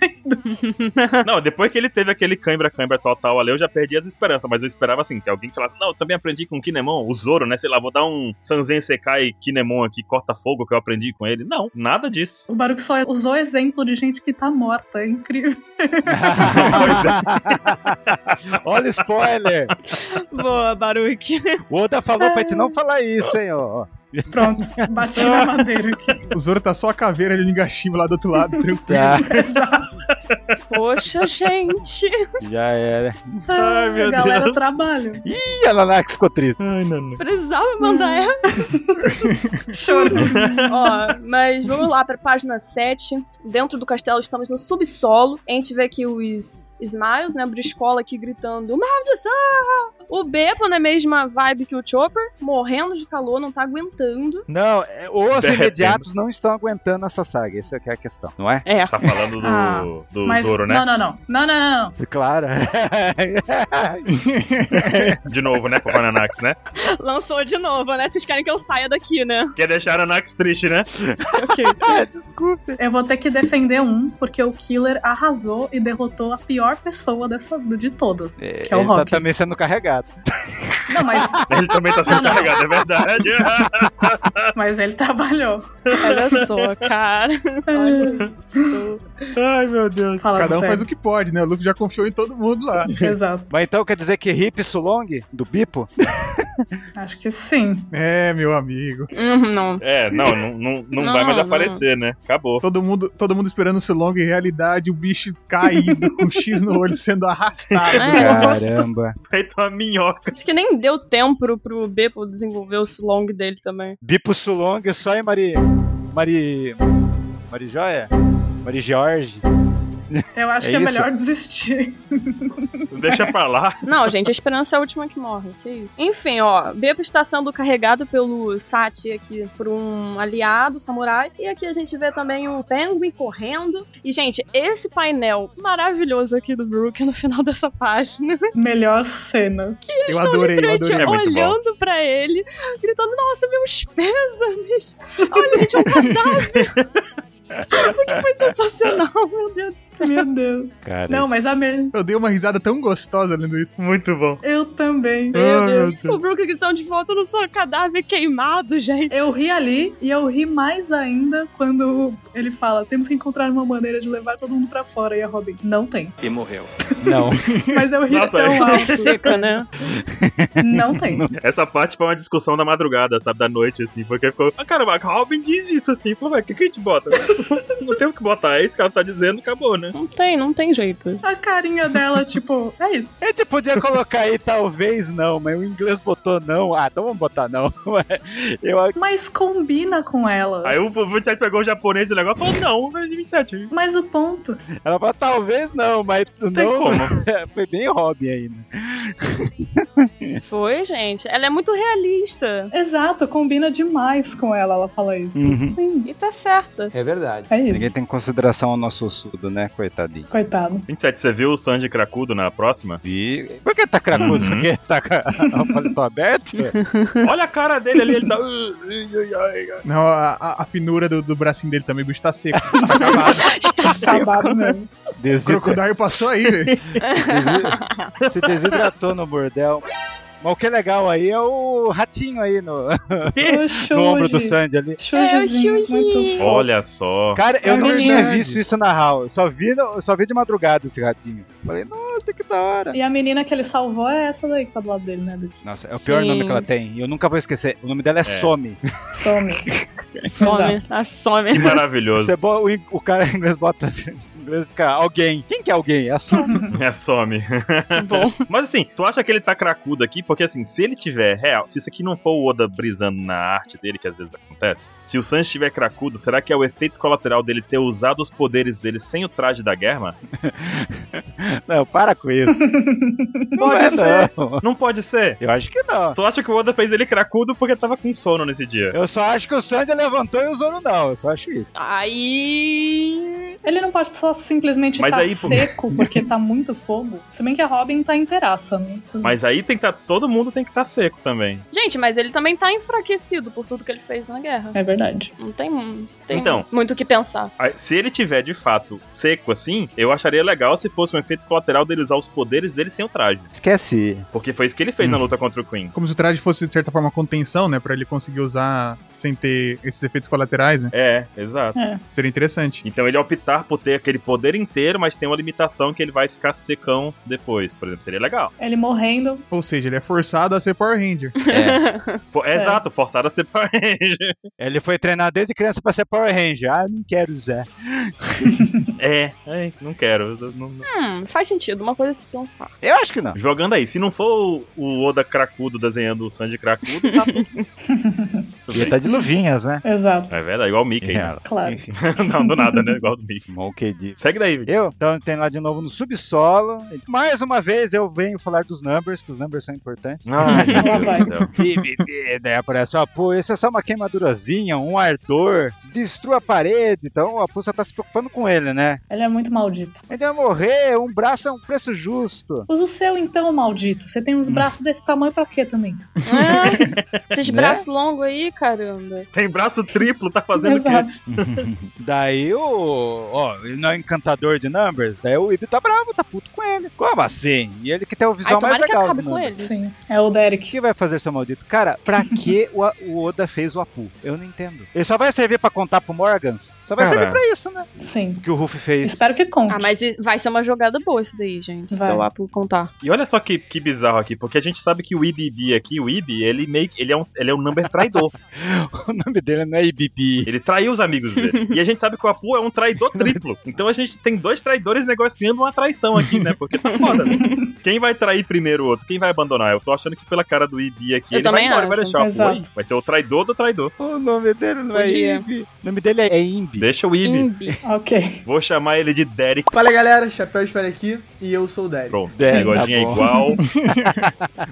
não, depois que ele teve aquele cãibra-cãibra total ali, eu já perdi as esperanças, mas eu esperava assim, que alguém falasse, não, eu também aprendi com o Kinemon, o Zoro, né, sei lá, vou dar um Sanzen Sekai Kinemon aqui, corta fogo que eu aprendi com ele. Não, nada disso.
O Baruch só é, usou exemplo de gente que tá morta. É incrível.
é. Olha o spoiler!
Boa, Baruque.
O Oda falou pra gente não falar isso, hein, ó.
Pronto. Bati na madeira aqui.
O Zoro tá só a caveira de Nigashima lá do outro lado, tranquilo.
Tá,
Poxa, gente.
já era.
Ai, meu
a galera
Deus.
trabalha.
Ih, a Lanax ficou triste.
Ai, não, não.
Precisava mandar essa.
Choro.
Ó, mas vamos lá pra página 7. Dentro do castelo estamos no subsolo. A gente vê aqui os Smiles, né? Briscola aqui gritando: Maldição! O Beppo na mesma vibe que o Chopper, morrendo de calor, não tá aguentando.
Não, é, os
Derretendo.
imediatos não estão aguentando essa saga, essa que é a questão, não é?
É.
Tá falando do,
Ah,
do
Mas,
Zoro, né?
não, não, não. Não, não, não, não.
Claro.
De novo, né, pro Pananax, né?
Lançou de novo, né? Vocês querem que eu saia daqui, né?
Quer é deixar a Anax triste, né?
Ok.
Desculpa.
Eu vou ter que defender um, porque o Killer arrasou e derrotou a pior pessoa dessa, de todas. Que é o
Ele tá
Rock.
também sendo carregado.
Não, mas,
Ele também tá sendo
Não, não.
carregado, é verdade.
mas ele trabalhou.
Olha só, cara. Olha só.
Ai, meu Deus.
Fala
Cada um
sério.
faz o que pode, né? O Luffy já confiou em todo mundo lá.
Exato.
Mas então quer dizer que Hip Sulong, do Bipo,
Acho que sim.
É, meu amigo.
Uhum, não.
É, não, não, não, não
Não,
vai mais
não.
aparecer, né? Acabou.
Todo mundo, todo mundo esperando o Silong em realidade, o bicho caído, com X no olho, sendo arrastado.
É.
caramba.
Feito uma Então minhoca.
Acho que nem deu tempo pro Beppo desenvolver o long dele também.
Bipo Sulong só em Mari. Mari. Marijóia? Mori George.
Eu acho
É
que é
isso?
melhor desistir.
Deixa pra lá.
Não, gente, a esperança é a última que morre. Que isso. Enfim, ó. Beppo está sendo carregado pelo Sati aqui por um aliado, samurai. E aqui a gente vê também o Penguin correndo. E, gente, esse painel maravilhoso aqui do Brook no final dessa página.
Melhor cena.
Eu
Estão
adorei, eu
literalmente
adorei.
É muito bom.
olhando pra ele, gritando: Nossa, meus pêsames! Olha, gente, é um cadáver! Isso aqui foi sensacional, meu Deus do céu.
Meu Deus.
Cara,
Não, mas amei.
Eu dei uma risada tão gostosa lendo isso.
Muito bom.
Eu também.
Ah,
Meu
meu
Deus.
Deus.
O Brook gritando de volta: Eu não sou um cadáver queimado, gente.
Eu ri ali e eu ri mais ainda quando ele fala: temos que encontrar uma maneira de levar todo mundo pra fora. E a Robin, não tem.
E morreu.
não.
Mas eu ri
Nossa,
tão
isso
alto.
É seca, né?
Não tem.
Essa parte foi uma discussão da madrugada, sabe? Da noite, assim. Porque ficou. Ah, cara, mas Robin diz isso assim. Falou, mas o que, que a gente bota? não tem o que botar. É isso que ela tá dizendo, acabou, né?
Não tem, não tem jeito.
A carinha dela, tipo, é isso.
A gente podia colocar aí talvez não, mas o inglês botou não. Ah, então vamos botar não. Eu,
Mas combina com ela.
Aí o 27 pegou o japonês e o negócio e falou: não, mas 27.
Mas o ponto
ela falou talvez não, mas não. né?
tem como.
Foi bem né? Robin ainda.
Foi, gente. Ela é muito realista.
Exato, combina demais com ela, ela fala isso.
Uhum.
Sim, e tá certa.
É verdade.
É isso.
Ninguém tá- tem consideração ao nosso sudo, né, coitadinho.
Coitado.
27, você viu o Sanji Cracudo na próxima?
Vi. Por que tá cracudo?
Uhum.
Por que tá com o paletó aberto?
Olha a cara dele ali, ele tá. "Ai, ai, ai, ai".
Não, a, a- a finura do, do bracinho dele também, o bicho tá seco. o bicho tá acabado.
Está
Acabado mesmo.
O
Desi-
Crocodile passou aí, velho.
desi- Se desidratou no bordel. Mas o que é legal aí é o ratinho aí no,
O
no ombro do
Shuji.
Sandy ali.
Shujizinho,
É, o Shuji.
muito fofo.
Olha só.
Cara, eu
É
não tinha
verdade.
visto isso na Hall. Eu Só vi, no- eu só vi de madrugada esse ratinho. Falei, nossa, que da hora.
E a menina que ele salvou é essa daí que tá do lado dele, né? Dudu?
Nossa, é o pior
Sim.
nome que ela tem. E eu nunca vou esquecer. O nome dela é, Some.
Some.
Some, a some.
Que maravilhoso.
Você bo- o, in- o cara em inglês bota. Em inglês fica alguém. Quem que é alguém? É a Some.
É, some.
Muito bom.
Mas assim, tu acha que ele tá cracudo aqui? Porque assim, se ele tiver real, se isso aqui não for o Oda brisando na arte dele, que às vezes acontece, se o Sanji tiver cracudo, será que é o efeito colateral dele ter usado os poderes dele sem o traje da guerra?
Não, para com isso. Não
Pode
é,
ser.
não.
Não pode ser.
Eu acho que não.
Tu acha que o Oda fez ele cracudo porque tava com sono nesse dia?
Eu só acho que o Sandy levantou e usou no não. Eu só acho isso.
Aí.
Ele não pode só simplesmente
Mas
tá
aí, pô-
seco, porque tá muito fogo. Se bem que a Robin tá inteiraça, né?
Mas aí tem que tá, todo mundo tem que estar tá seco também.
Gente, mas ele também tá enfraquecido por tudo que ele fez na guerra.
É verdade.
Não tem, tem
Então.
muito o que pensar.
Aí, Se ele tiver de fato seco assim, eu acharia legal se fosse um efeito colateral dele usar os poderes dele sem o traje.
Esquece.
Porque foi isso que ele fez na luta contra o Queen.
Como se o traje fosse, de certa forma, contenção, né? Pra ele conseguir usar sem ter esses efeitos colaterais, né?
É, exato.
Seria interessante.
Então ele optar por ter aquele poder inteiro, mas tem uma limitação que ele vai ficar secão depois, por exemplo. Seria legal.
Ele morrendo.
Ou seja, ele é forçado a ser Power Ranger.
Pô,
É.
Exato, forçado a ser Power Ranger.
Ele foi treinado desde criança pra ser Power Ranger. Ah, não quero usar.
É, é, não quero. eu não- não-
Hum, faz sentido, uma coisa é se pensar.
Eu acho que não.
Jogando aí, se não for o, o Oda cracudo desenhando o Sanji cracudo, tá tudo. tudo
Ele
bem.
tá de luvinhas, né?
Exato,
É verdade, igual o Mickey. né?
claro.
Enfim,
não, do nada, né? Igual do Mickey.
bom que diz.
Segue daí, Vitor.
Eu? Então tem lá de novo no subsolo. Mais uma vez eu venho falar dos numbers, que os numbers são importantes.
Ai, meu
Lá
Deus
vai.
do céu.
E, e, e, daí aparece, ó, pô, isso é só uma queimadurazinha, um ardor, destrua a parede. Então a pulsa tá se preocupando com ele, né?
Ele é muito maldito.
Ele vai morrer, um braço é um preço justo.
Usa o seu então, maldito. Você tem uns
Hum.
braços desse tamanho pra quê também?
Ah, esses
Né?
braços longos aí, caramba.
Tem braço triplo, tá fazendo o quê?
Exato.
Daí o. Ó, ele não é encantador de numbers. Daí o Ibi tá bravo, tá puto com ele. Como assim? E ele que tem o
Ai,
visual mais
tomara que
legal.
acabe
dos
com
numbers.
ele.
Sim. É o
O
Derek.
que vai fazer seu maldito? Cara, pra que o, o Oda fez o Apu? Eu não entendo. Ele só vai servir pra contar pro Morgans? Só vai
Cara.
servir pra isso, né?
Sim.
O que o Ruff fez.
Espero que conte.
Ah, mas isso- vai ser uma jogada boa isso daí, gente.
Vai.
Se eu Apu contar.
E olha só que, que bizarro aqui, porque a gente sabe que o IBB aqui, o IB, ele meio que- ele é um, ele é um number traidor.
O nome dele não é Ibibi.
Ele traiu os amigos dele. e a gente sabe que o Apu é um traidor triplo. Então a gente tem dois traidores negociando uma traição aqui, né? Porque tá foda, né? Quem vai trair primeiro o outro? Quem vai abandonar? Eu tô achando que pela cara do Ibi aqui,
Eu
ele vai
também
embora, vai
acho,
deixar o
exato.
Pô, Vai ser o traidor do traidor.
O nome dele não
Podia.
é Imbi. O nome dele é Imbi.
Deixa o Ibi.
Imbi.
Ok.
Vou chamar ele de Derek.
Fala galera, Chapéu Espera aqui e eu sou o Derek.
Pronto,
Derek,
bigodinho é
tá bom.
igual.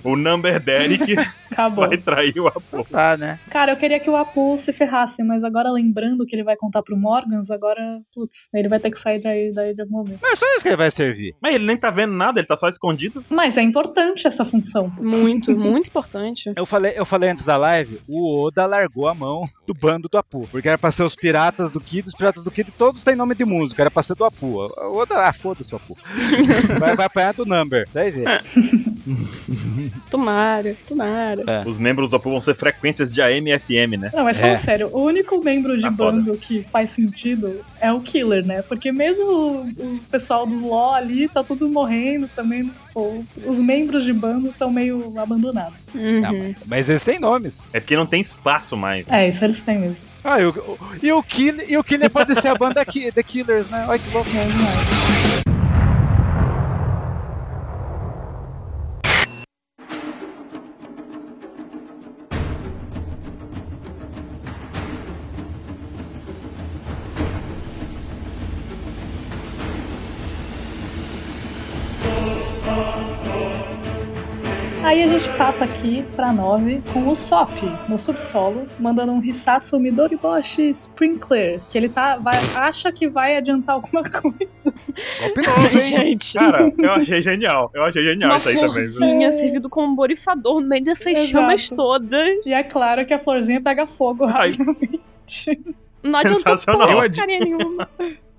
o number Derek
Acabou.
vai trair o Apu.
Tá, né?
Cara, eu queria que o Apu se ferrasse, mas agora lembrando que ele vai contar pro Morgans, agora, putz, ele vai ter que sair daí, daí de algum momento.
Mas só isso que ele vai servir.
Mas ele nem tá vendo nada, ele tá só escondido.
Mas é importante essa função.
Muito, muito importante.
Eu falei, eu falei antes da live, o Oda largou a mão do bando do Apu. Porque era pra ser os piratas do Kido, os piratas do Kido todos têm nome de música, era pra ser do Apu. O Oda, ah, foda-se o Apu. vai, vai apanhar do Number, você vai ver.
Tomara, tomara.
Os membros do Apu vão ser frequências de AM e FM, né?
Não, mas fala
É.
sério, o único membro de
Tá foda.
bando que faz sentido é o Killer, né? Porque mesmo o, o pessoal do LoL ali tá tudo morrendo também, pô, os membros de bando estão meio abandonados.
Uhum.
Tá, Mas eles têm nomes.
É porque não tem espaço mais.
É, isso eles têm mesmo.
Ah, e o, o- e o, Kill, e o Killer pode ser a banda Ki- The Killers, né? Olha que louco.
É, não é. Aí a gente passa aqui pra 9 com o Sop no subsolo, mandando um Hisatsu Midoriboshi Sprinkler, que ele tá, vai- acha que vai adiantar alguma coisa.
Golpe novo, hein?
Gente.
Cara, eu achei genial. Eu achei genial
Uma
isso aí também. viu?
florzinha servido como um borifador no meio dessas
Exato.
chamas todas.
E é claro que a florzinha pega fogo
Ai.
rapidamente.
Não adiantou
Sensacional.
porcaria nenhuma.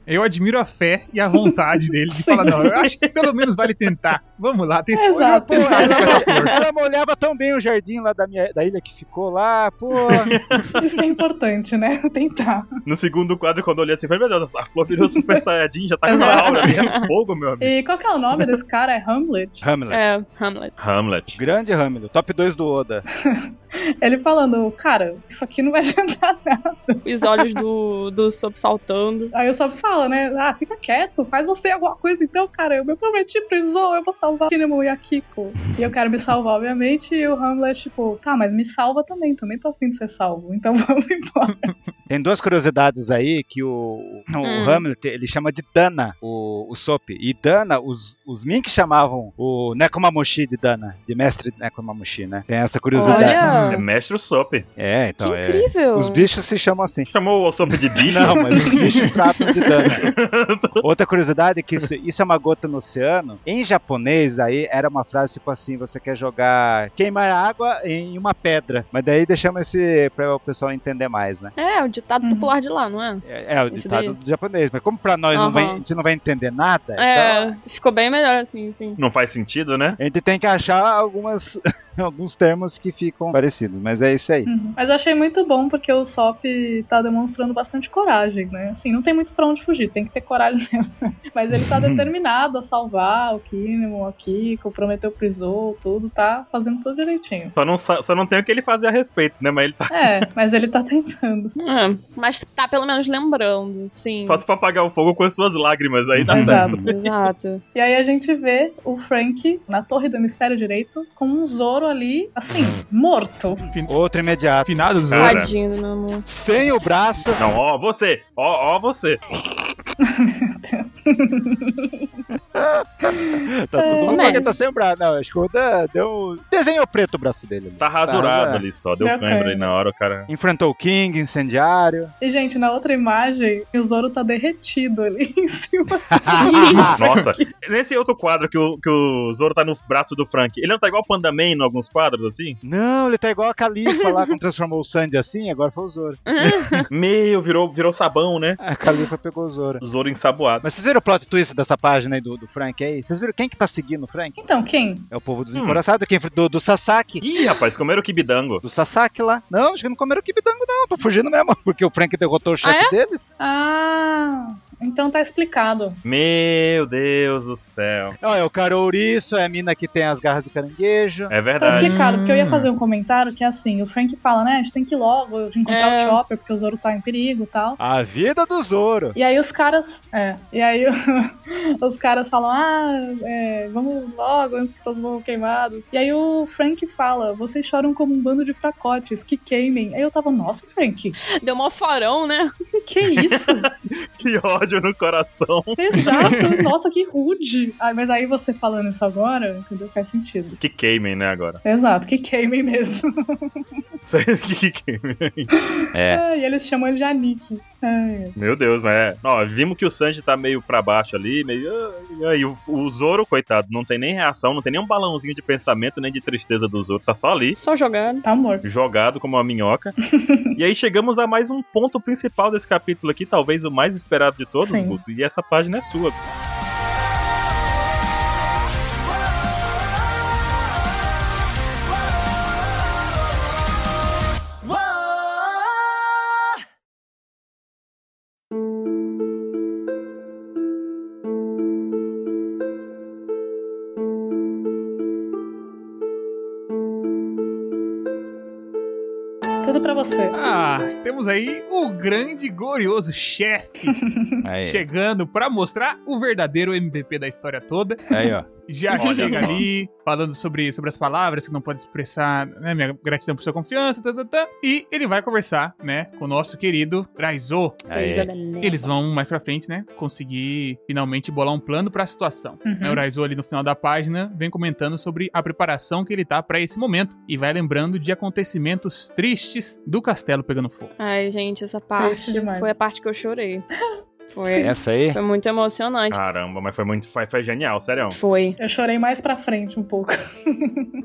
Eu admiro a fé e a vontade dele de
Sim.
falar, não, eu acho que pelo menos vale tentar. Vamos lá, tem esse
Exato.
tem esse-
Ela molhava tão bem o jardim lá da, minha, da ilha que ficou lá, pô.
Isso que é importante, né? Tentar.
No segundo quadro, quando eu olhei assim, eu falei, meu Deus, a flor virou super saiyajin, já tá com a aura ali, é fogo, meu amigo.
E qual que é o nome desse cara? É Hamlet?
Hamlet.
É, Hamlet.
Hamlet.
Grande Hamlet. Top 2 do Oda.
Ele falando, cara, isso aqui não vai adiantar nada.
Os olhos do, do Sop saltando.
Aí o Sop fala, né? Ah, fica quieto, faz você alguma coisa então, cara. Eu me prometi pro Izo, eu vou salvar o Kinemon e a Kiko. E eu quero me salvar, obviamente. E o Hamlet, tipo, tá, mas me salva também, também tô afim de ser salvo. Então vamos embora.
Tem duas curiosidades aí que o, o
Hum.
Hamlet, ele chama de Dana, o, o Sop. E Dana, os, os Mink chamavam o Nekomamushi de Dana, de mestre Nekomamushi, né? Tem essa curiosidade.
É
Olha,
mestre Sop.
É,
que
então é.
incrível.
Os bichos se chamam assim.
Chamou o Sop de bicho?
Não, mas os bichos tratam de Dana. Outra curiosidade é que isso, isso é uma gota no oceano. Em japonês, aí era uma frase tipo assim: você quer jogar queimar água em uma pedra. Mas daí deixamos esse pra o pessoal entender mais, né?
É, o ditado
Uhum.
popular de lá, não é?
É, é o
Isso
ditado
daí.
do japonês. Mas como pra nós não vai-
Aham.
a gente não vai entender nada, então
É, ficou bem melhor assim, sim.
Não faz sentido, né?
a gente tem que achar algumas, alguns termos que ficam parecidos. Mas é isso aí.
Uhum. Mas eu achei muito bom porque o Sop tá demonstrando bastante coragem, né? Assim, não tem muito pra onde fugir, tem que ter coragem mesmo. Mas ele tá determinado a salvar o Kinemon, a Kiko, prometeu pro Izo, tudo, tá fazendo tudo direitinho.
Só não, sa- só não tem o que ele fazer a respeito, né? Mas ele tá.
É, mas ele tá tentando.
É, mas tá pelo menos lembrando, sim.
Só se for apagar o fogo com as suas lágrimas aí,
Uhum.
dá Tá certo.
Exato.
Exato.
E aí a gente vê o Frank na torre do hemisfério direito com um Zoro ali, assim, morto.
Outro imediato.
Finado dos
Cara.
outros.
Tadinho, do meu amor.
Sem o braço.
Não, ó, você! Ó, ó, você!
Tá todo mundo
É, Mas-
que tá sem o braço. Não, acho que o Oda deu. um Desenhou preto o braço dele. ali.
Tá rasurado
Tá,
ali só, deu
Deu
câimbra aí
câimbra.
na hora, o cara.
Enfrentou o King, incendiário.
E, gente, na outra imagem, o Zoro tá derretido ali em cima.
Nossa! Nesse outro quadro que o, que o Zoro tá no braço do Frank, ele não tá igual o Pandaman em alguns quadros assim?
Não, ele tá igual a Califa lá, quando transformou o Sandy assim, agora foi o Zoro.
Meu, virou, virou sabão, né?
A Califa pegou o Zoro.
Zoro ensaboado.
Mas vocês viram o plot twist dessa página aí do, do Frank aí? Vocês viram quem que tá seguindo o Frank?
Então, quem?
É o povo dos encoraçados, quem do, do Sasaki.
Ih, rapaz, comeram o kibidango.
Do Sasaki lá. Ah, é? Não, acho que não comeram o Kibidango, não. Tô fugindo mesmo. Porque o Frank derrotou o chefe deles.
Ah, Então tá explicado.
Meu Deus do céu.
Ó, é o cara ouriço, é a mina que tem as garras do caranguejo.
É
Tá
verdade.
explicado, porque eu ia
Hum.
fazer um comentário que é assim, o Frank fala, né, a gente tem que ir logo encontrar
É.
o Chopper, porque o Zoro tá em perigo e tal.
A vida do Zoro.
E aí os caras. É. E aí os caras falam, ah, é, vamos logo antes que todos morram queimados. E aí o Frank fala, vocês choram como um bando de fracotes, que queimem. Aí eu tava, nossa, Frank,
Deu mó farão, né?
que isso?
Que ódio no coração.
Exato, nossa, que rude. Ah, mas aí você falando isso agora, entendeu? Faz sentido.
Que queimem, né, agora?
Exato, que queimem mesmo.
que queimem.
É.
e eles chamam ele de Anik. Ai,
Meu Deus, mas é. Ó, vimos que o Sanji tá meio pra baixo ali, meio. ah, E o, o Zoro, coitado, não tem nem reação, não tem nem um balãozinho de pensamento, nem de tristeza do Zoro, tá só ali.
Só jogando.
tá morto.
Jogado como uma minhoca. e aí chegamos a mais um ponto principal desse capítulo aqui, talvez o mais esperado de todos,
Sim.
Guto. E essa página é sua.
Tudo pra você.
Ah, temos aí o grande, glorioso chefe
É.
Aí,
chegando pra mostrar o verdadeiro MVP da história toda.
aí ó.
Já
Olha
chega
só.
ali falando sobre, sobre as palavras que não pode expressar, né, minha gratidão por sua confiança, tá, tá, tá. E ele vai conversar, né, com o nosso querido Raizo.
Aí.
Coisa da lenda.
Eles vão mais pra frente, né? Conseguir finalmente bolar um plano pra situação.
Uhum.
Né, O Raizo ali no final da página vem comentando sobre a preparação que ele tá pra esse momento e vai lembrando de acontecimentos tristes do castelo pegando fogo.
Ai, gente, essa
Triste
parte
demais.
foi a parte que eu chorei. Foi,
Essa aí?
foi muito emocionante.
Caramba, mas foi muito. Foi, foi genial, sério.
Foi.
Eu chorei mais pra frente um pouco.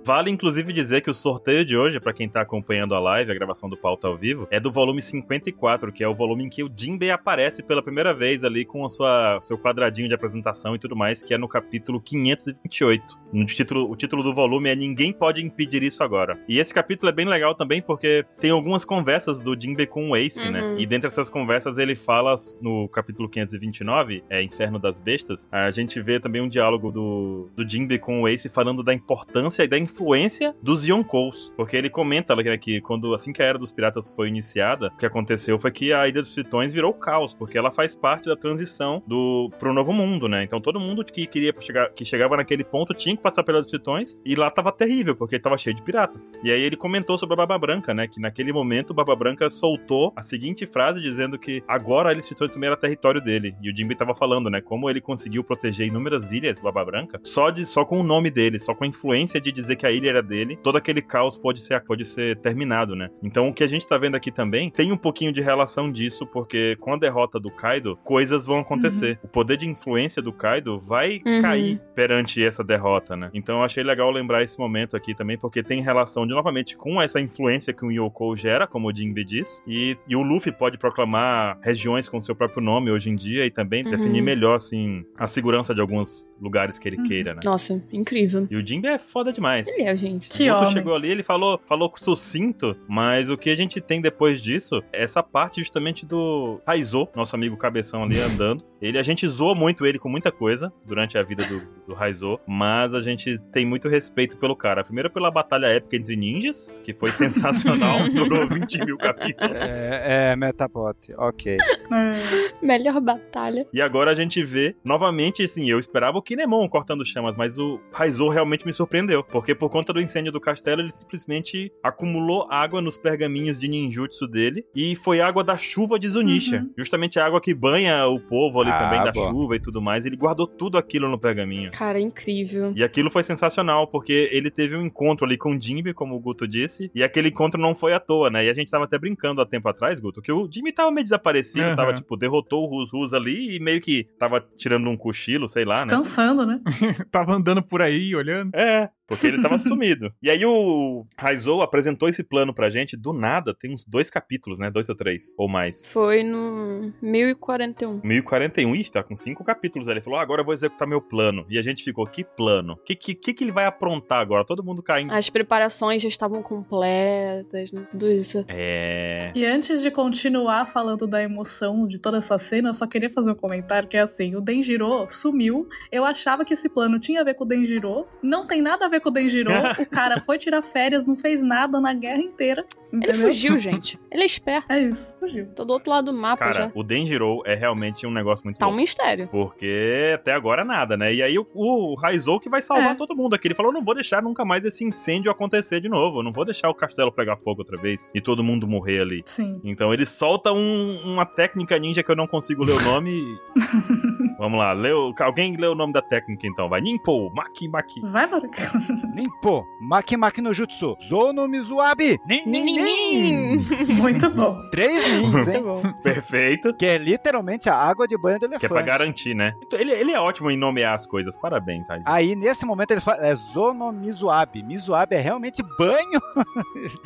Vale inclusive dizer que o sorteio de hoje, pra quem tá acompanhando a live, a gravação do pauta ao vivo, é do volume 54, que é o volume em que o Jinbei aparece pela primeira vez ali com o seu quadradinho de apresentação e tudo mais, que é no capítulo 528. No título, o título do volume é Ninguém Pode Impedir Isso Agora. E esse capítulo é bem legal também porque tem algumas conversas do Jinbei com o Ace, né?
Uhum.
E dentre essas conversas ele fala no capítulo 529, é Inferno das Bestas, a gente vê também um diálogo do, do Jinbe com o Ace falando da importância e da influência dos Yonkous. Porque ele comenta né, que quando, assim que a Era dos Piratas foi iniciada, o que aconteceu foi que a Ilha dos Tritões virou caos, porque ela faz parte da transição do pro novo mundo, né? Então todo mundo que queria chegar, que chegava naquele ponto tinha que passar pela dos Tritões, e lá tava terrível, porque tava cheio de piratas. E aí ele comentou sobre a Baba Branca, né? Que naquele momento o Baba Branca soltou a seguinte frase dizendo que agora ele se tornou também era território dele. E o Jimby tava falando, né? Como ele conseguiu proteger inúmeras ilhas, Baba Branca, só, de, só com o nome dele, só com a influência de dizer que a ilha era dele, todo aquele caos pode ser, pode ser terminado, né? Então o que a gente tá vendo aqui também tem um pouquinho de relação disso, porque com a derrota do Kaido, coisas vão acontecer. O poder de influência do Kaido vai
Uhum.
cair perante essa derrota, né? Então eu achei legal lembrar esse momento aqui também, porque tem relação de novamente com essa influência que o Yoko gera, como o Jinbe diz, e, e o Luffy pode proclamar regiões com seu próprio nome hoje em dia e também
Uhum.
definir melhor, assim, a segurança de alguns lugares que ele queira, né?
Nossa, incrível.
E o Jinbe é foda demais.
Uhum. Ele é, gente.
Que
Guto
homem.
chegou ali, ele falou, falou sucinto, mas o que a gente tem depois disso é essa parte justamente do Raizo, nosso amigo cabeção ali andando. Ele, a gente zoa muito ele com muita coisa durante a vida do, do Raizo, mas a gente tem muito respeito pelo cara. Primeiro pela batalha épica entre ninjas, que foi sensacional, durou 20 mil capítulos.
É, é Metapod. Ok.
É.
Melhor batalha.
E agora a gente vê, novamente, assim, eu esperava o Kinemon cortando chamas, mas o Raizo realmente me surpreendeu. Porque por conta do incêndio do castelo, ele simplesmente acumulou água nos pergaminhos de ninjutsu dele. E foi água da chuva de Zunisha.
Uhum.
Justamente a água que banha o povo ali
Ah,
também, da
boa.
chuva e tudo mais. Ele guardou tudo aquilo no pergaminho.
Cara, incrível.
E aquilo foi sensacional, porque ele teve um encontro ali com o Jimmy, como o Guto disse, e aquele encontro não foi à toa, né? E a gente tava até brincando há tempo atrás, Guto, que o Jimmy tava meio desaparecido,
Aham.
tava tipo, derrotou o Rus Rus ali e meio que tava tirando um cochilo, sei lá, né?
Descansando, né?
Tava andando por aí, olhando.
É, porque ele tava sumido. E aí o Raizou apresentou esse plano pra gente do nada, tem uns dois capítulos, né? Dois ou três, ou mais.
Foi no 1041.
1041, ih, tá com cinco capítulos. Aí Ele falou, ah, agora eu vou executar meu plano. E a gente ficou, que plano? O que, que, que ele vai aprontar agora? Todo mundo caindo.
As preparações já estavam completas, né? Tudo isso.
É.
E antes de continuar falando da emoção de toda essa cena, Sabrina, eu só queria fazer um comentário que é assim: o Denjiro sumiu. Eu achava que esse plano tinha a ver com o Denjiro. Não tem nada a ver com o Denjiro. o cara foi tirar férias, não fez nada na guerra inteira.
Ele
Entendeu?
fugiu, gente. Ele é esperto.
É isso, fugiu.
Tô do outro lado do mapa
Cara,
já.
o Denjiro é realmente um negócio muito
Ah, Tá um
louco.
mistério.
Porque até agora nada, né? E aí o, o Raizou que vai salvar
É.
todo mundo aqui. Ele falou: não vou deixar nunca mais esse incêndio acontecer de novo. Eu não vou deixar o castelo pegar fogo outra vez e todo mundo morrer ali.
Sim.
Então ele solta um- uma técnica ninja que eu não consigo ler o nome. e- Vamos lá, leu, alguém lê o nome da técnica então, vai. Nimpo, Maki Maki.
Vai, Baruca.
Nimpo, Maki Maki no Jutsu, Zono Mizuabi, Nin Nin Nin.
Ninim!
Muito bom.
Três
Tá
nins,
Muito
hein?
bom.
Perfeito.
Que é literalmente a água de banho do elefante.
Que é pra garantir, né? Então, Ele, ele é ótimo em nomear as coisas, parabéns, Raizou.
Aí, nesse momento, ele fala, é Zono Mizuabi. Mizuabi é realmente banho,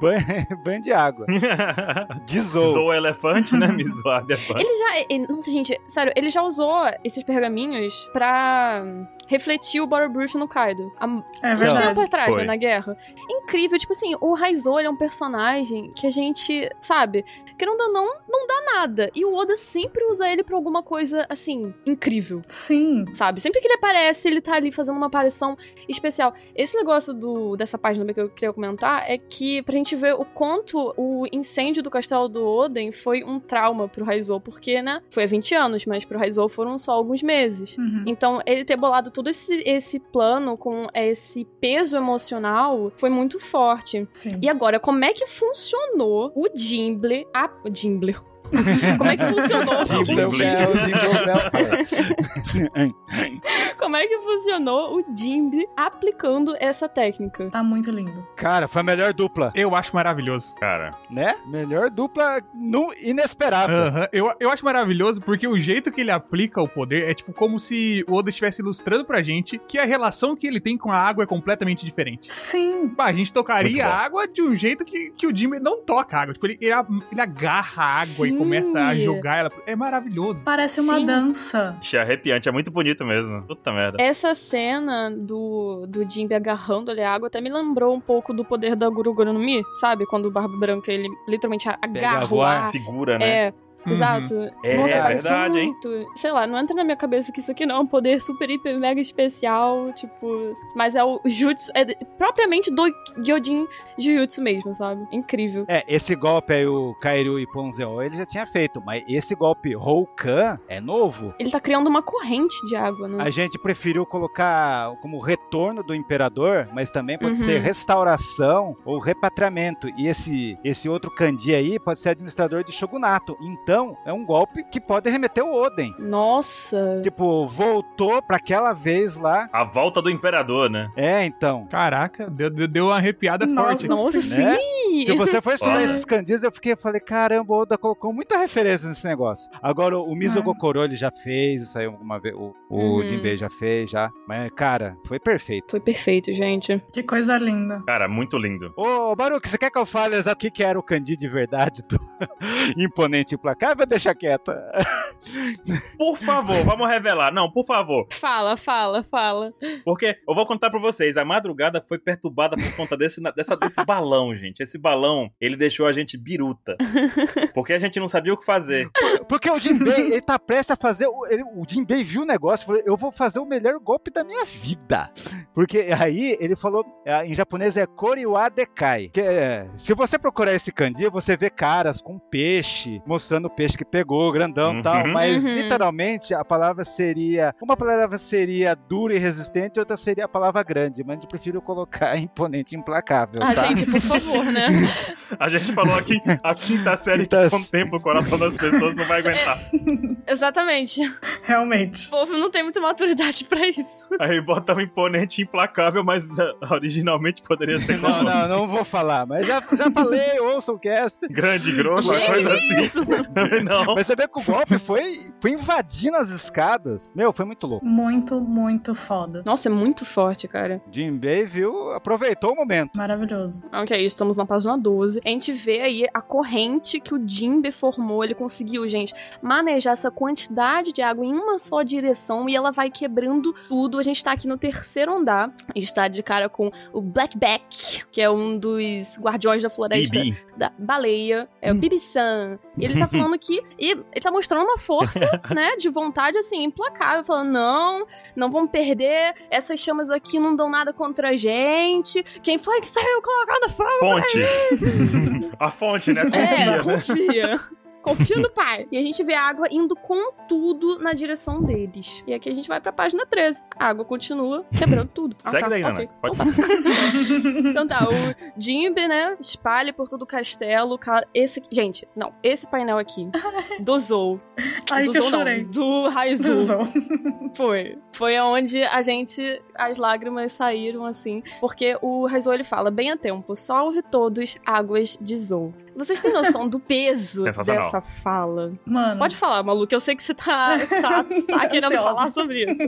banho, banho de água. De Zou.
Zou elefante, né? Mizuabe é fã.
Ah, Ele já. e- e- Nossa, gente, sério, ele já usou esses pergaminhos pra hum, refletir o Battle Brief no Kaido. Há
É
muito
verdade.
tempo atrás,
Foi.
né, na guerra. Incrível, tipo assim, o Raizou, ele é um personagem que a gente, sabe, que não dá não, não dá nada. E o Oda sempre usa ele pra alguma coisa, assim, incrível,
Sim.
sabe? Sempre que ele aparece, ele tá ali fazendo uma aparição especial. Esse negócio do, dessa página que eu queria comentar é que pra gente ver o quanto o incêndio do castelo do Oden foi um trauma pro Raizou, porque, né, foi há 20 anos, mas pro Raizou foram só alguns meses.
Uhum.
Então, ele ter bolado todo esse, esse plano com é, esse peso emocional foi muito forte.
Sim.
E agora, como é que funcionou o Jimble. A, o Jimble. como é que funcionou?
Jimble. é
Jingle bell, jingle bell.
como é que funcionou o Jimble aplicando essa técnica?
Tá muito lindo.
Cara, foi a melhor dupla,
Eu acho maravilhoso.
Cara,
né? Melhor dupla no inesperado.
Aham. Eu, eu acho maravilhoso porque o jeito que ele aplica o poder é tipo como se o Oda estivesse ilustrando pra gente que a relação que ele tem com a água é completamente diferente.
Sim.
Bah, a gente tocaria
Muito
a
bom.
água de um jeito que, que o Jimmy não toca a água. Tipo, ele, ele, a- ele agarra a água
Sim.
e começa a jogar ela. É maravilhoso.
Parece uma
Sim.
dança.
achei arrepiante, é muito bonito mesmo. Puta merda.
Essa cena do, do Jimbe agarrando ali a água até me lembrou um pouco do poder da Guru Guru no Mi, sabe? Quando o Barba Branca, ele literalmente agarra o
voar,
ar.
Segura, né?
É,
Uhum.
exato.
É,
Nossa, um
é
pareceu
verdade, hein?
muito. Sei lá, não entra na minha cabeça que isso aqui não é um poder super, hiper, mega especial, tipo... Mas é o jutsu, é de- propriamente do Gyojin Jujutsu mesmo, sabe? Incrível.
É, esse golpe aí, o Kairu e Ponzeo, ele já tinha feito, mas esse golpe Roukan é novo.
Ele tá criando uma corrente de água, né?
A gente preferiu colocar como retorno do imperador, mas também pode
Uhum.
ser restauração ou repatriamento. E esse, esse outro Kandi aí pode ser administrador de shogunato. Então, é um golpe que pode remeter o Oden.
Nossa!
Tipo, voltou pra aquela vez lá.
A volta do imperador, né?
É, então.
Caraca, deu, deu, deu uma arrepiada
Nossa,
forte. aqui.
Nossa, sim! Ah.
Né? Se
Tipo
você for estudar
Foda.
esses candis, eu fiquei, falei, caramba, o Oda colocou muita referência nesse negócio. Agora, o Mizo
É.
Kokoro, ele já fez isso aí alguma vez, o, o
Ah. Uhum.
Jinbei já fez, já. Mas, cara, foi perfeito.
Foi perfeito, gente.
Que coisa linda.
Cara, muito lindo.
Ô, Baruque, você quer que eu fale exato o que, que era o Kandi de verdade do Imponente Implacável? Deixa quieta.
Por favor, vamos revelar. Não, por favor.
Fala, fala, fala.
Porque eu vou contar pra vocês, a madrugada foi perturbada por conta desse, na- dessa- desse balão, gente. Esse balão, ele deixou a gente biruta. Porque a gente não sabia o que fazer.
Porque o Jinbei, ele tá prestes a fazer, o- ele, o Jinbei viu o negócio e falou, eu vou fazer o melhor golpe da minha vida. Porque aí ele falou, é, em japonês é Koriwa Dekai. Que é, se você procurar esse kanji, você vê caras com peixe, mostrando o peixe que pegou, grandão e
Uhum.
tal. Mas
Uhum.
literalmente a palavra seria, uma palavra seria dura e resistente, outra seria a palavra grande. Mas eu prefiro colocar imponente e implacável,
Ah,
tá?
gente, por favor, né?
A gente falou aqui tá a quinta série
Quinta
que com o tempo o coração das pessoas não vai aguentar.
Exatamente. O
Realmente.
povo não tem muita maturidade pra isso.
Aí bota um imponente implacável, mas ah, originalmente poderia ser
Não,
como
não, não vou falar, mas já, já falei, ouça o cast.
grande, grosso, uma
gente,
coisa
que
assim.
isso?
Não.
Mas você vê que o golpe foi, foi invadindo as escadas. Meu, foi muito louco.
Muito, muito foda.
Nossa, é muito forte, cara.
Jinbei viu, aproveitou o momento.
Maravilhoso.
Ok, é estamos na página 12. A gente vê aí a corrente que o Jimbe formou. Ele conseguiu, gente, manejar essa quantidade de água em uma só direção e ela vai quebrando tudo. A gente tá aqui no terceiro andar. A gente tá de cara com o Blackback, que é um dos guardiões da floresta
Bibi.
da baleia.
Hum.
É o Bibi-san. E ele tá falando que. E ele tá mostrando uma força, né? De vontade, assim, implacável. Falando, não, não vamos perder. Essas chamas aqui não dão nada contra a gente. Quem foi que saiu colocando fogo?
Fonte. a fonte, né? Confia,
É,
né?
confia. Confia no pai. E a gente vê a água indo com tudo na direção deles. E aqui a gente vai pra página 13. A água continua quebrando tudo. Ah,
Segue
tá,
daí,
ok.
Nana.
Então
Pode
tá. então tá, o Jimbe, né, espalha por todo o castelo. Ca- Esse, gente, não, esse painel aqui, do Zou.
Aí
do
que eu
Zou não,
chorei.
do Raizu.
Zão.
Foi. Foi onde a gente. As lágrimas saíram assim. Porque o Raizou ele fala: bem a tempo, salve todos, águas de Zou. Vocês têm noção do peso
Sensacional.
dessa fala?
Mano,
Pode falar, Maluca, eu sei que você tá, tá, tá querendo
Ansiosa.
falar sobre isso.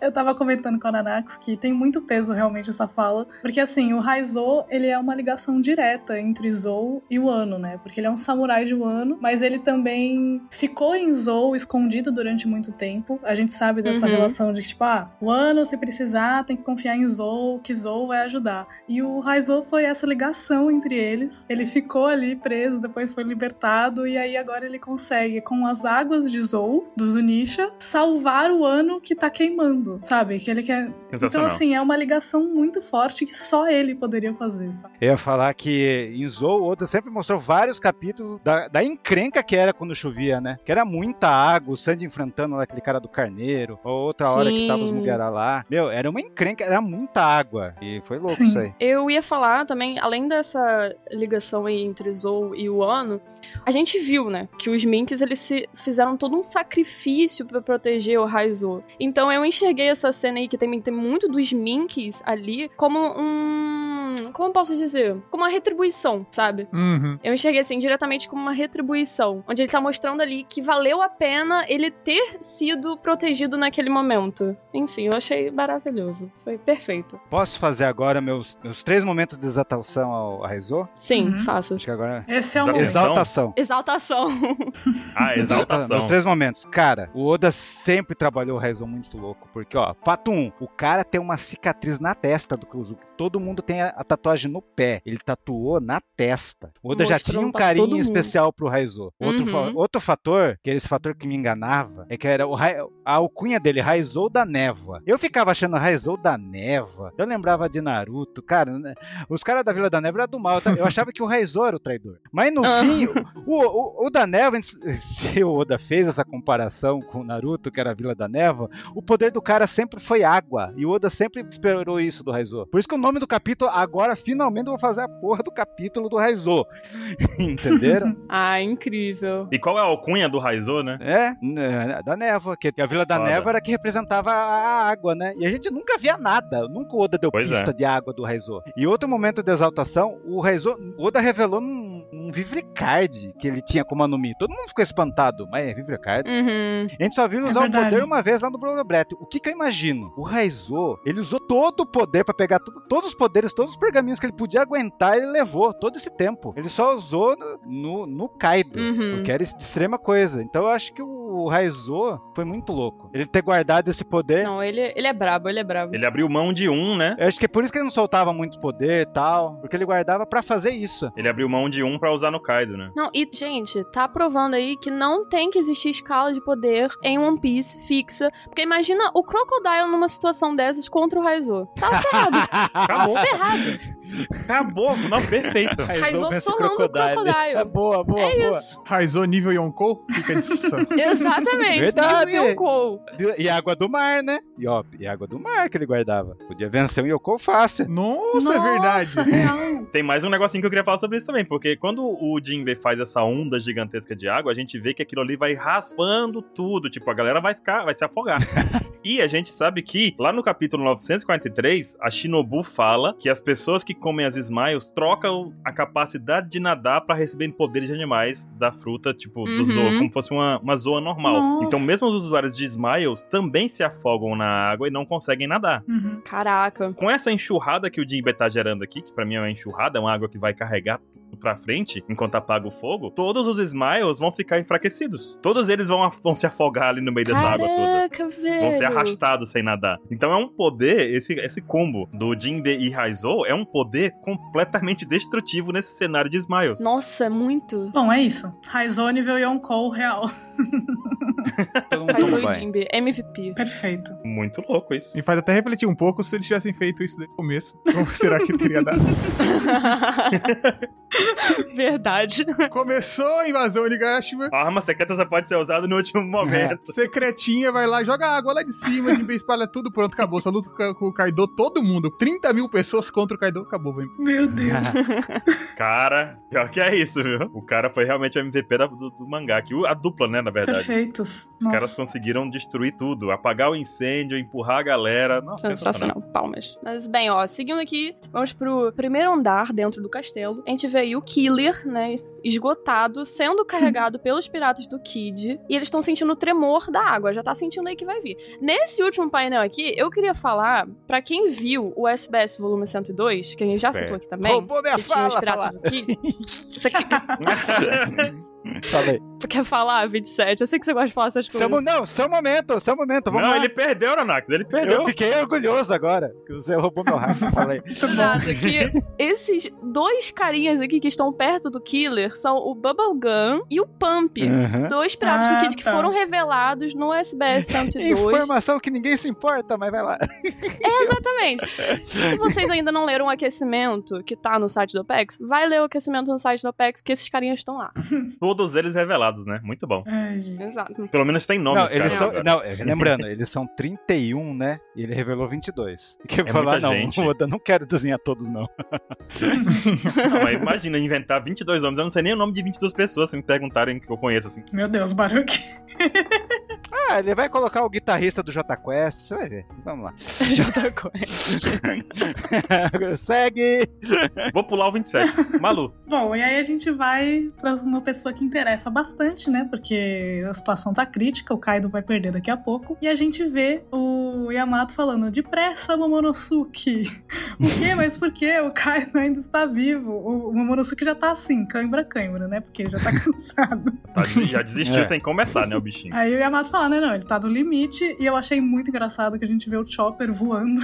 eu tava comentando com a Nanax que tem muito peso realmente essa fala, porque assim, o Raizou, ele é uma ligação direta entre Zou e Wano, né? Porque ele é um samurai de Wano, mas ele também ficou em Zou escondido durante muito tempo. A gente sabe dessa
Uhum.
relação de que, tipo, ah, Wano, se precisar, tem que confiar em Zou, que Zou vai ajudar. E o Raizou foi essa ligação entre eles. Ele ficou ali preso, depois foi libertado, e aí agora ele consegue, com as águas de Zou, do Zunisha, salvar o ano que tá queimando, sabe? Que ele quer. Então,
Sensacional.
assim, é uma ligação muito forte que só ele poderia fazer, sabe?
Eu ia falar que em Zou, Oda sempre mostrou vários capítulos da, da encrenca que era quando chovia, né? Que era muita água, o Sandy enfrentando lá aquele cara do carneiro, ou outra hora que tava os
Sim.
Mugera lá. Meu, era uma encrenca, era muita água. E foi louco
Sim.
isso aí.
Eu ia falar também, além dessa ligação aí entre Zou e o Ano, a gente viu, né, que os Minks eles se fizeram todo um sacrifício pra proteger o Raizou. Então eu enxerguei essa cena aí que também tem muito dos Minks ali como um, como eu posso dizer, como uma retribuição, sabe?
Uhum.
Eu enxerguei assim diretamente como uma retribuição, onde ele tá mostrando ali que valeu a pena ele ter sido protegido naquele momento. Enfim, eu achei maravilhoso. Foi perfeito.
Posso fazer agora meus, meus três momentos de exaltação ao a Rezo?
Sim,
Uhum.
faço.
Acho que agora.
Esse é o
Exato.
momento.
Exaltação.
Exaltação.
Ah,
Nos
exaltação.
três momentos. Cara, o Oda sempre trabalhou o Raizou muito louco. Porque, ó, Pato 1, o cara tem uma cicatriz na testa do Kuzuki. Todo mundo tem a, a tatuagem no pé. Ele tatuou na testa. O Oda já
Mostrando
tinha um
pra todo
carinho
mundo.
especial pro Raizou. Outro,
Uhum.
fa- outro fator, que era esse fator que me enganava, é que era o Rai- a alcunha dele, Raizou da Névoa. Eu ficava achando Raizou da Névoa. Eu lembrava de Naruto. Cara, né? os caras da Vila da Névoa eram do mal. Eu achava que o Raizou era o traidor. Mas no
Ah.
fim, o, o, o da Neva, se o Oda fez essa comparação com o Naruto, que era a Vila da Neva, o poder do cara sempre foi água. E o Oda sempre esperou isso do Raizou. Por isso que o nome do capítulo, agora finalmente eu vou fazer a porra do capítulo do Raizou. Entenderam?
ah, incrível.
E qual é a alcunha do Raizou, né?
é, né, da Neva. Que a Vila da
Foda.
Neva era que representava a água, né? E a gente nunca via nada. Nunca o Oda deu
Pois é.
pista de água do Raizou. E outro momento de exaltação, o Raizou, o Oda revelou num, num Vivricard que ele tinha como Anumi. Todo mundo ficou espantado, mas é Vivricard?
Uhum.
A gente só viu ele
É
usar o
verdade.
poder uma vez lá no Brolobret. O que que eu imagino? O Raizou, ele usou todo o poder pra pegar tudo- todos os poderes, todos os pergaminhos que ele podia aguentar, ele levou todo esse tempo. Ele só usou no, no, no Kaido,
Uhum.
porque era de extrema coisa. Então eu acho que o Raizou foi muito louco. Ele ter guardado esse poder.
Não, ele, ele é brabo, ele é brabo.
Ele abriu mão de um, né?
Eu acho que é por isso que ele não soltava muito poder e tal, porque ele guardava pra fazer isso.
Ele abriu mão de um pra usar no Kaido, né?
Não, e, gente, tá provando aí que não tem que existir escala de poder em One Piece fixa. Porque imagina o Crocodile numa situação dessas contra o Raizou. Tava ferrado.
Acabou.
ferrado.
Acabou. Não, perfeito.
Raizou
vence
solando o Crocodile.
É boa, boa,
É
boa.
isso.
Raizou nível Yonkou? Fica a discussão.
Exatamente.
Verdade.
Nível Yonkou.
E água do mar, né? E ó, e água do mar que ele guardava. Podia vencer um Yoko fácil.
Nossa, é verdade.
Nossa, real.
Tem mais um negocinho que eu queria falar sobre isso também, porque quando o Jinbei faz essa onda gigantesca de água, a gente vê que aquilo ali vai raspando tudo, tipo, a galera vai ficar, vai se afogar. e a gente sabe que lá no capítulo 943, a Shinobu fala que as pessoas que comem as smiles trocam a capacidade de nadar pra receberem poderes de animais da fruta, tipo, do
Uhum.
zoo, como fosse uma, uma zoa normal.
Nossa.
Então, mesmo os usuários de smiles também se afogam na água e não conseguem nadar
Uhum.
Caraca.
com essa enxurrada que o Jinbe tá gerando aqui, que pra mim é uma enxurrada, é uma água que vai carregar tudo pra frente, enquanto apaga o fogo, todos os Smiles vão ficar enfraquecidos. Todos eles vão, af- vão se afogar ali no meio dessa água toda.
Caraca, velho.
Vão ser arrastados sem nadar. Então é um poder, esse, esse combo do Jinbe e Raizou é um poder completamente destrutivo nesse cenário de Smiles.
Nossa, é muito.
Bom, é isso. Raizou nível Yonkou real.
Todo mundo
Faz
toma
o
banho.
Jimbe, MVP.
Perfeito.
Muito louco isso.
Me faz até refletir um pouco se eles tivessem feito isso desde o começo. Como será que teria dado?
Verdade.
Começou a invasão de Gashima.
A arma secreta só pode ser usada no último
É.
momento.
Secretinha vai lá, joga água lá de cima, de bem espalha tudo, pronto, acabou. Só luta com- com o Kaido, todo mundo. 30 mil pessoas contra o Kaido, acabou, vem.
É
Meu Deus.
Cara, pior que é isso, viu? O cara foi realmente o MVP da- do, do mangá, que o- a dupla, né, na verdade.
Perfeitos.
Os caras conseguiram destruir tudo, apagar o incêndio, empurrar a galera. Nossa,
né?
sensacional.
Sensacional, palmas. Mas bem, ó, seguindo aqui, vamos pro primeiro andar dentro do castelo. A gente vê aí o Killer, né? Esgotado, sendo carregado pelos piratas do Kid. E eles estão sentindo o tremor da água. Já tá sentindo aí que vai vir. Nesse último painel aqui, eu queria falar, pra quem viu o SBS volume 102, que a gente já
Esperto.
citou aqui também.
Roubou minha
que tinha os
fala,
piratas
fala.
do Kid. Você quer,
Falei.
quer falar, 27? Eu sei que você gosta de falar essas coisas.
Seu, mo- não, seu momento, seu momento. Então Vamos
Não,
lá.
ele perdeu, Aranax, ele perdeu.
Eu fiquei orgulhoso agora que você roubou meu rabo. Falei.
Nada, que esses dois carinhas aqui que estão perto do Killer são o Bubblegum e o Pump.
Uhum.
Dois piratas
Ah,
do Kid que
tá.
foram revelados no SBS 102.
Informação que ninguém se importa, mas vai lá.
É, Exatamente. Se vocês ainda não leram o aquecimento que tá no site do OPEX, vai ler o aquecimento no site do OPEX que esses carinhas estão lá.
Todos eles revelados, né? Muito bom.
Ai, gente.
Exato.
Pelo menos tem nomes,
não,
cara.
eles são,
agora.
não, é, lembrando, eles são 31, né? E ele revelou 22. E que eu
É
vou lá,
muita
não,
gente.
Oda, não quero desenhar todos, não.
Não, mas imagina inventar 22 nomes. Eu não sei nem o nome de 22 pessoas se me perguntarem que eu conheço, assim.
Meu Deus, Baruque.
Ah, ele vai colocar o guitarrista do J Quest, você vai ver. Vamos lá.
Jota Cohen.
Segue!
Vou pular o 27. Malu.
Bom, e aí a gente vai pra uma pessoa que interessa bastante, né? Porque a situação tá crítica, o Kaido vai perder daqui a pouco. E a gente vê o Yamato falando: depressa, Momonosuke. o quê? Mas por quê? O Kaido ainda está vivo. O o Momonosuke já tá assim, cãibra-cãibra, né? Porque ele já tá cansado.
Tá, já desistiu
É.
sem começar, né, o bichinho.
Aí o Yamato fala, né, não, ele tá no limite, e eu achei muito engraçado que a gente vê o Chopper voando.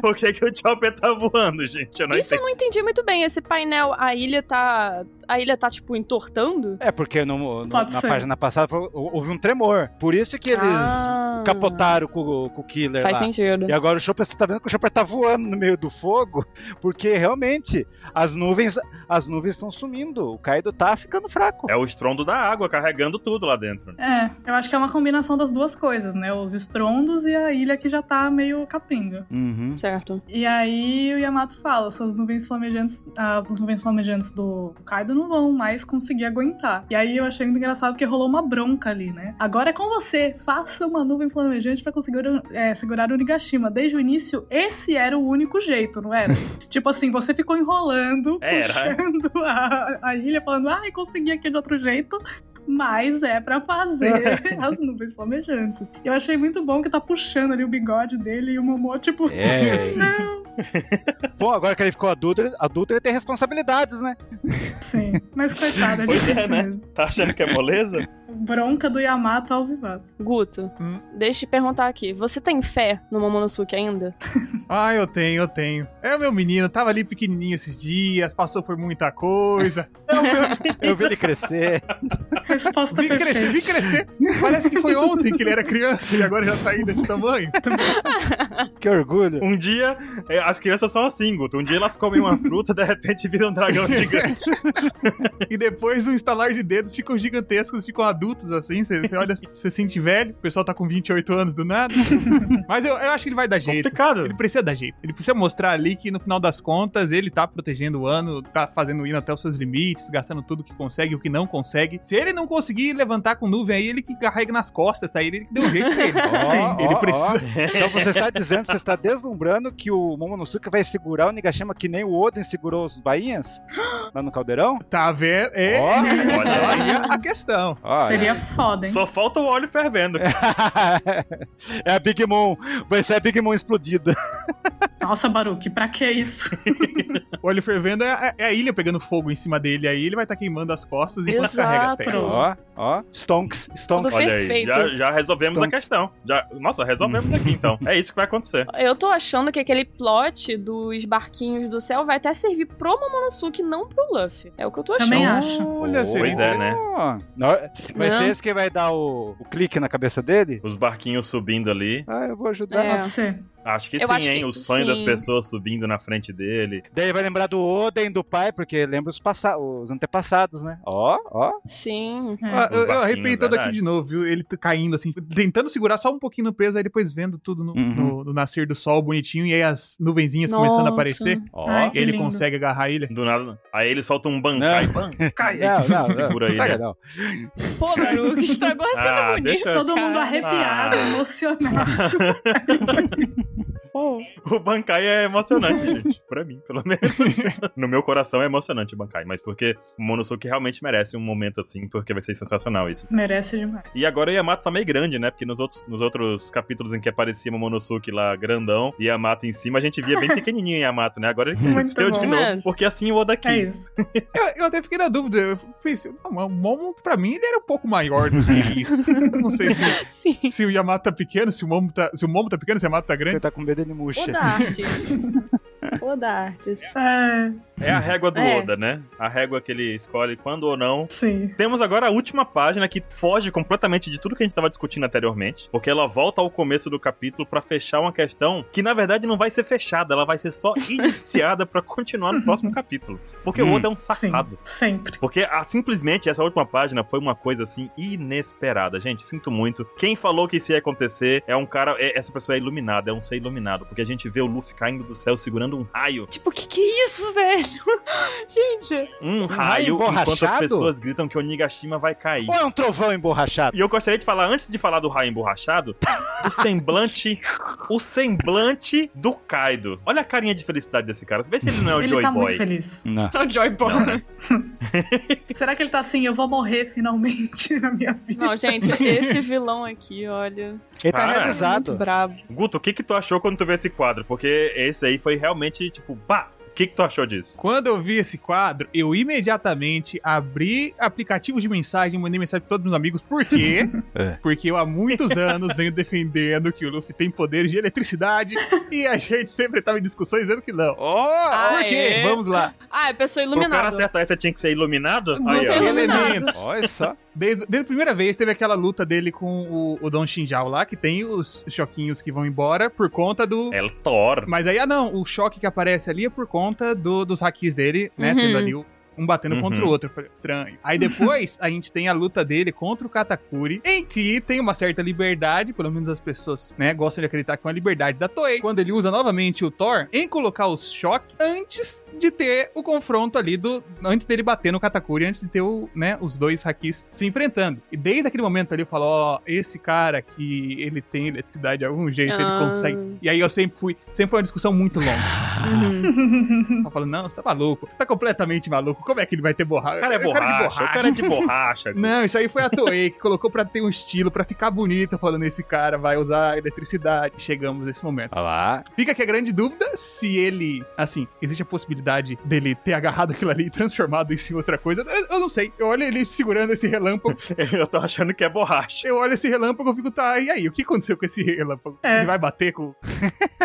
Por que, que o Chopper tá voando, gente? Eu não
Isso eu
entendi.
não entendi muito bem. Esse painel, a ilha tá. A ilha tá, tipo, entortando?
É porque no- no-
Pode
na
ser.
página passada falou- houve um tremor. Por isso que eles
Ah.
capotaram com, o- com o Killer
Faz
lá.
sentido.
E agora o Chopper, você tá vendo que o Chopper tá voando no meio do fogo, porque realmente as nuvens as nuvens estão sumindo, o Kaido tá ficando fraco.
É o estrondo da água carregando tudo lá dentro. né?
É, eu acho que é uma combinação das duas coisas, né? Os estrondos e a ilha que já tá meio capenga.
Uhum.
Certo.
E aí o Yamato fala, suas nuvens flamejantes, as nuvens flamejantes do Kaido não vão mais conseguir aguentar. E aí eu achei muito engraçado porque rolou uma bronca ali, né? Agora é com você, faça uma nuvem flamejante pra conseguir é, segurar o Nigashima. Desde o início, esse era o único jeito, não era? tipo assim, você ficou enrolando,
Era.
puxando a, a ilha, falando, ai, consegui aqui de outro jeito. Mas é pra fazer as nuvens flamejantes. Eu achei muito bom que tá puxando ali o bigode dele e o Momô, tipo,
É.
não,
Bom, agora que ele ficou adulto, ele- adulto ele tem responsabilidades, né?
Sim, mas coitada, é
Pois
difícil
é, né?
mesmo.
Tá achando que é moleza?
Bronca do Yamato ao vivaço.
Guto,
Hum.
deixa eu te perguntar aqui. Você tem fé no Momonosuke ainda?
Ah, eu tenho, eu tenho. É o meu menino, tava ali pequenininho esses dias, passou por muita coisa.
Eu vi ele crescer.
Resposta
Vi
perfeita.
crescer, vi crescer. Parece que foi ontem que ele era criança e agora já tá aí desse tamanho.
que orgulho.
Um dia, é, as crianças são assim, Guto. Um dia elas comem uma fruta, de repente vira um dragão gigante.
E depois o instalar de dedos ficam gigantescos, ficam adultos assim. Você você olha, você sente velho, o pessoal tá com 28 anos do nada. Mas eu, eu acho que ele vai dar jeito.
Complicado.
Ele precisa dar jeito. Ele precisa mostrar ali que no final das contas ele tá protegendo o ano, tá fazendo o hino até os seus limites, gastando tudo que consegue, o que não consegue. Se ele não conseguir levantar com nuvem aí, ele que carrega nas costas, tá? Ele que deu um jeito nele.
Ó,
Sim, ele
ó,
precisa.
ó. Então você está dizendo, você está deslumbrando que o Momonosuke vai segurar o Nigashima que nem o Oden segurou os bainhas lá no caldeirão?
Tá vendo? É,
Ó.
olha
Olha
aí é a questão.
Olha.
Seria foda, hein?
Só falta o óleo fervendo.
é a Big Mom. Vai ser a Big Mom explodida.
É.
Nossa, Baruque, pra que isso?
O olho fervendo é, é a ilha pegando fogo em cima dele, aí ele vai estar queimando as costas e
Exato.
descarrega a terra.
Ó, ó. Stonks, Stonks.
Olha
Perfeito.
aí, já, já resolvemos a
Stonks.
questão. Já, nossa, resolvemos aqui então. É isso que vai acontecer.
Eu tô achando que aquele plot dos barquinhos do céu vai até servir pro Momonosuke, não pro Luffy. É o que eu tô achando.
Também acho.
Então, Olha,
Pois
seria
Pois é, né?
Ó, na hora- Vai
Não.
ser esse que vai dar o, o clique na cabeça dele?
Os barquinhos subindo ali.
Ah, eu vou ajudar.
É.
Pode ser.
Acho que
Eu
sim,
acho
hein?
que
o sonho das
sim.
pessoas subindo na frente dele.
É.
Daí vai lembrar do Oden, do pai, porque lembra os, passa os antepassados, né? Ó, ó.
Sim.
É.
Ah,
Os
eu, eu
barquinhos,
arrepiei todo aqui
verdade.
de novo, viu? Ele t- caindo assim, tentando segurar só um pouquinho no peso, aí depois vendo tudo no,
Uhum.
no- no nascer do sol bonitinho, e aí as nuvenzinhas começando a
Nossa.
aparecer.
ó.
Ai, que
Ele
lindo.
consegue agarrar ele.
Do nada. Aí ele solta um bancai, bancai.
Não, não, não.
Segura aí.
Saca,
né?
não.
Pô, Baruque, estragou a cena
Ah,
bonita.
é.
deixa-
Todo mundo
cara.
arrepiado,
Ah.
emocionado.
Pô.
O Bankai é emocionante, gente. Pra mim, pelo menos. no meu coração é emocionante o Bankai, mas porque o Monosuke realmente merece um momento assim, porque vai ser sensacional isso.
Merece demais.
E agora o Yamato tá meio grande, né? Porque nos outros, nos outros capítulos em que aparecia o Momonosuke lá grandão e Yamato em cima, a gente via bem pequenininho o Yamato, né? Agora ele
Muito
cresceu de
bom.
novo,
É.
porque assim o Oda
É
quis.
isso.
Eu, eu até fiquei na dúvida. Eu pensei, não, o Momo, pra mim, ele era um pouco maior do que isso. Eu não sei se,
Sim.
se o Yamato tá pequeno, se o Momo tá, se o Momo tá pequeno, se o Yamato tá grande.
Ele tá com medo, ele murcha.
Oda Artes. Oda Artes.
É,
é a régua do
É.
Oda, né? A régua que ele escolhe quando ou não
sim.
Temos agora a última página que foge completamente de tudo que a gente estava discutindo anteriormente, porque ela volta ao começo do capítulo para fechar uma questão que na verdade não vai ser fechada, ela vai ser só iniciada para continuar no próximo capítulo. Porque
Hum,
o Oda é um
Sim.
safado.
Sempre.
Porque ah, simplesmente essa última página foi uma coisa assim inesperada. Gente, sinto muito. Quem falou que isso ia acontecer é um cara. é- essa pessoa é iluminada, é um ser iluminado. Porque a gente vê o Luffy caindo do céu segurando um raio.
Tipo, que que é isso, velho? Gente,
Um, raio,
raio
enquanto as
emborrachado?
pessoas gritam que o Onigashima vai cair.
Ou é um trovão emborrachado?
E eu gostaria de falar, antes de falar do raio emborrachado, o semblante. O semblante do Kaido. Olha a carinha de felicidade desse cara. Vê se ele não é o
Ele
Joy
tá muito
Boy.
feliz.
Não.
é o Joy Boy.
Não, né?
Será que ele tá assim, eu vou morrer finalmente na minha vida?
Não, gente, esse vilão aqui, olha.
Ele tá
Para.
Muito
realizado.
brabo.
Guto, o que que tu achou quando tu viu esse quadro? Porque esse aí foi realmente, tipo, pá! O que que tu achou disso?
Quando eu vi esse quadro, eu imediatamente abri aplicativo de mensagem, mandei mensagem pra todos meus amigos. Por quê?
É.
Porque eu há muitos anos venho defendendo que o Luffy tem poderes de eletricidade e a gente sempre tava em discussões dizendo que não.
Ó,
Ah,
Por
Aê.
quê? Vamos lá.
Ah, é pessoa
Pro cara
iluminada.
acertar essa tinha que ser iluminado?
Guto
Aí,
é
ó.
iluminado.
Elementos.
Olha só.
Desde, desde a primeira vez teve aquela luta dele com o, o Don Shinjao lá, que tem os choquinhos que vão embora por conta
um
do.
É o Thor.
Mas aí, ah não, o choque que aparece ali é por conta do- dos hacks dele, né?
Uhum.
Tendo ali o- um batendo
Uhum.
contra o outro. Eu falei, estranho. Aí depois a gente tem a luta dele contra o Katakuri, em que tem uma certa liberdade, pelo menos as pessoas, né, gostam de acreditar que é uma liberdade da Toei, quando ele usa novamente o Thor em colocar os choques antes de ter o confronto ali do. Antes dele bater no Katakuri, antes de ter o, né, os dois hakis se enfrentando. E desde aquele momento ali eu falo, ó, esse cara que ele tem eletricidade de algum jeito, ele
Ah.
consegue e aí eu sempre fui, sempre foi uma discussão muito longa.
Uhum.
Ela falando, não, você tá maluco, tá completamente maluco, como é que ele vai ter borracha?
O cara é borracha, o cara é de borracha. Guto.
Não, isso aí foi a Toei que colocou pra ter um estilo, pra ficar bonito, falando esse cara vai usar eletricidade. Chegamos nesse momento.
Olha lá.
Fica aqui a grande dúvida se ele, assim, existe a possibilidade dele ter agarrado aquilo ali e transformado isso em outra coisa. Eu, eu não sei. Eu olho ele segurando esse relâmpago,
Eu tô achando que é borracha.
eu olho esse relâmpago e fico, tá, e aí, o que aconteceu com esse relâmpago?
É.
Ele vai bater com...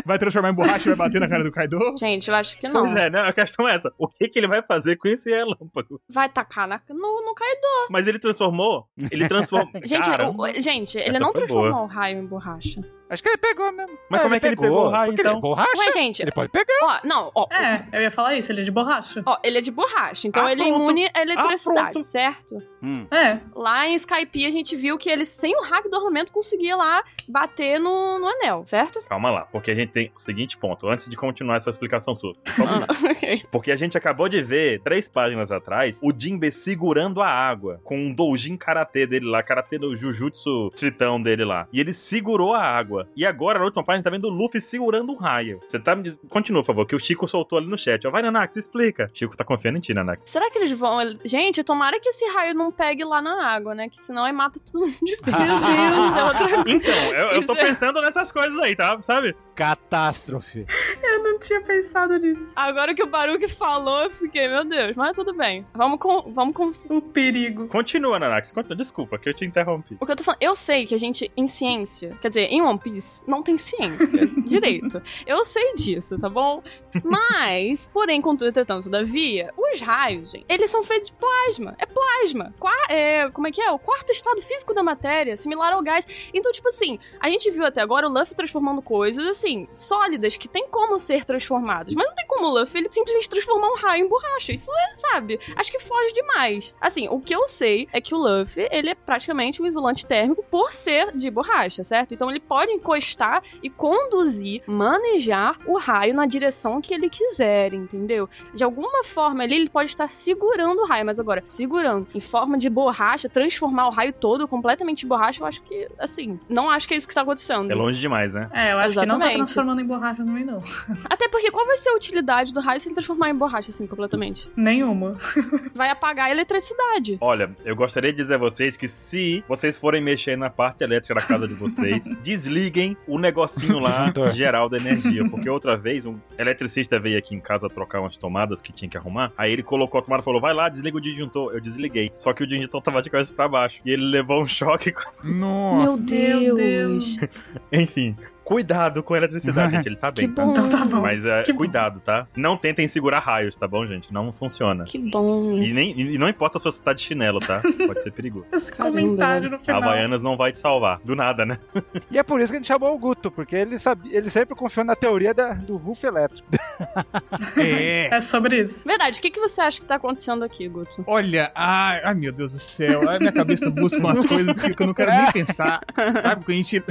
Vai transformar em borracha e vai bater na cara do Kaido?
Gente, eu acho que não.
Pois é, né? A questão é essa. O que que ele vai fazer com esse relâmpago?
Vai tacar na, no, no Kaido.
Mas ele transformou? Ele transformou.
Gente, é,
cara,
o- o- gente ele
essa
não
foi
transformou
boa.
o raio em borracha.
Acho que ele pegou mesmo.
Mas como é que ele pegou o raio,
Porque Ele
então?
é borracha?
Ué, gente,
Ele pode pegar.
ó, não, ó.
É, eu ia falar isso, ele é de borracha.
Ó, ele é de borracha, então
Ah,
ele é
pronto.
imune à
Ah,
eletricidade,
pronto.
certo?
Hum.
É,
Lá em Skype a gente viu que ele, sem o hack do armamento, conseguia lá bater no, no anel, certo?
Calma lá, porque a gente tem o seguinte ponto, antes de continuar essa explicação sua. Só um
Ah,
minuto.
ok.
porque a gente acabou de ver, três páginas atrás, o Jinbe segurando a água com um doujin karatê dele lá, karatê do Jujutsu Tritão dele lá. E ele segurou a água. pessoa. E agora, na última página, tá vendo o Luffy segurando um raio. Você tá me dizendo. Continua, por favor, que o Chico soltou ali no chat. Ó, vai, Nanax, explica. Chico tá confiando em ti, Nanax.
Será que eles vão. Gente, tomara que esse raio não pegue lá na água, né? Que senão aí mata todo mundo de vez. Meu Deus, é outra coisa.
Então, eu, eu tô
Isso é-
pensando nessas coisas aí, tá? Sabe?
Catástrofe.
Eu não tinha pensado nisso.
Agora que o Baruque falou, eu fiquei, meu Deus, mas tudo bem. Vamos com. Vamos com.
O perigo.
Continua, Nanax. Continua. Desculpa, que eu te interrompi.
O que eu tô falando, eu sei que a gente, em ciência, quer dizer, em One Piece, não tem ciência direito. Eu sei disso, tá bom? Mas, porém, contudo, entretanto, todavia, os raios, gente, eles são feitos de plasma. É plasma. Qua- é, como é que é? O quarto estado físico da matéria, similar ao gás. Então, tipo assim, a gente viu até agora o Luffy transformando coisas, assim, sólidas, que tem como ser transformadas. Mas não tem como o Luffy, ele simplesmente transformar um raio em borracha. Isso é, sabe? Acho que foge demais. Assim, o que eu sei é que o Luffy, ele é praticamente um isolante térmico por ser de borracha, certo? Então ele pode encostar e conduzir, manejar o raio na direção que ele quiser, entendeu? De alguma forma ali, ele pode estar segurando o raio, mas agora, segurando em forma de borracha, transformar o raio todo completamente de borracha, eu acho que, assim, não acho que é isso que tá acontecendo.
É longe demais, né?
É, eu acho que não tá
Exatamente.
transformando em borracha também, não.
Até porque qual vai ser a utilidade do raio se ele transformar em borracha, assim, completamente?
Nenhuma.
Vai apagar a eletricidade.
Olha, eu gostaria de dizer a vocês que se vocês forem mexer na parte elétrica da casa de vocês, desliguem o negocinho lá
Desligou.
geral da energia. Porque outra vez, um eletricista veio aqui em casa trocar umas tomadas que tinha que arrumar. Aí ele colocou a tomada e falou: vai lá, desliga o disjuntor. Eu desliguei. Só que o disjuntor tava de cabeça pra baixo. E ele levou um choque. com-
Nossa.
Meu Deus.
Enfim, cuidado com a eletricidade, gente. Ele tá
Que
bem. tá?
bom.
Então tá bom.
Mas é,
Que bom.
cuidado, tá? Não tentem segurar raios, tá bom, gente? Não funciona.
Que bom.
E, nem, e não importa se você tá de chinelo, tá? Pode ser perigoso.
Esse
Caramba.
comentário no
A
final.
Havaianas não vai te salvar. Do nada, né?
E é por isso que a gente chamou o Guto, porque ele, sabia, ele sempre confiou na teoria da- do Rufo elétrico.
É.
É sobre isso.
Verdade, o que, que você acha que tá acontecendo aqui, Guto?
Olha, ai, ai meu Deus do céu, ai, minha cabeça busca umas coisas que eu não quero nem pensar. Sabe, quando a gente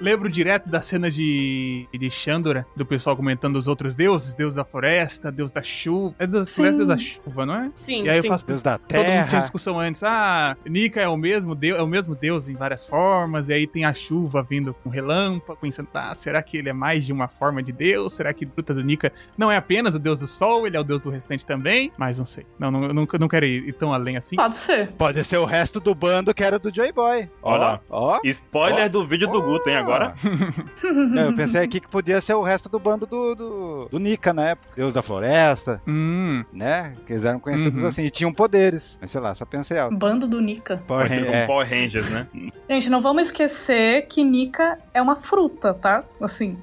lembro direto da cena de, de Xandora, do pessoal comentando os outros deuses, deus da floresta, deus da chuva. É deus da floresta, deus da chuva, não é?
Sim,
E aí eu
sim.
faço
Deus da
Todo mundo tinha
terra.
discussão antes. Ah, Nika é o mesmo deus, é o mesmo deus em várias formas, e aí tem a chuva vindo com relâmpago, pensando, ah, será que ele é mais de uma forma de deus? Será que Bruta do Nika não é apenas o deus do sol, ele é o deus do restante também? Mas não sei. Não, não, eu nunca- não quero ir tão além assim.
Pode ser.
Pode ser o resto do bando que era do Joy Boy. Ó,
Olha lá.
Ó.
Spoiler do vídeo do Guto, hein, agora?
Uhum.
Não, É, eu pensei aqui que podia ser o resto do bando do, do, do Nika na época. Deus da floresta,
Hum,
né? Que eles eram conhecidos
Uhum.
assim. E tinham poderes. Mas sei lá, só pensei alto.
Bando do Nika.
Power
Parecido com
Ranger,
Power Rangers, né?
Gente, não vamos esquecer que Nika é uma fruta, tá? Assim.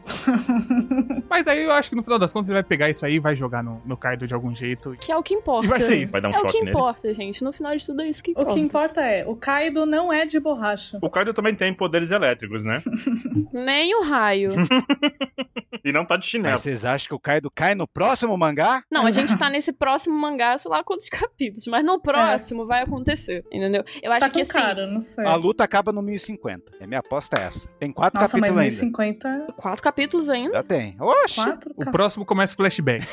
mas aí eu acho que no final das contas ele vai pegar isso aí e vai jogar no, no Kaido de algum jeito.
Que é o que importa.
E vai ser isso.
Vai dar um
é o que
choque nele.
importa, gente. No final de tudo é isso que
O
importa.
que importa é, o Kaido não é de borracha.
O Kaido também tem poderes elétricos, né?
Nem o raio.
E não tá de
é. Mas
chinelo.
vocês acham que o Kaido cai no próximo mangá?
Não, a gente tá nesse próximo mangá, sei lá quantos capítulos, mas no próximo vai acontecer, entendeu? Eu acho
tá
que
com
assim,
cara, não sei.
A luta acaba no 1050. É minha aposta é essa. Tem quatro
Nossa, mas
capítulos ainda.
1050
quatro capítulos ainda.
Já tem. Oxi!
quatro?
O
cara.
próximo começa o flashback.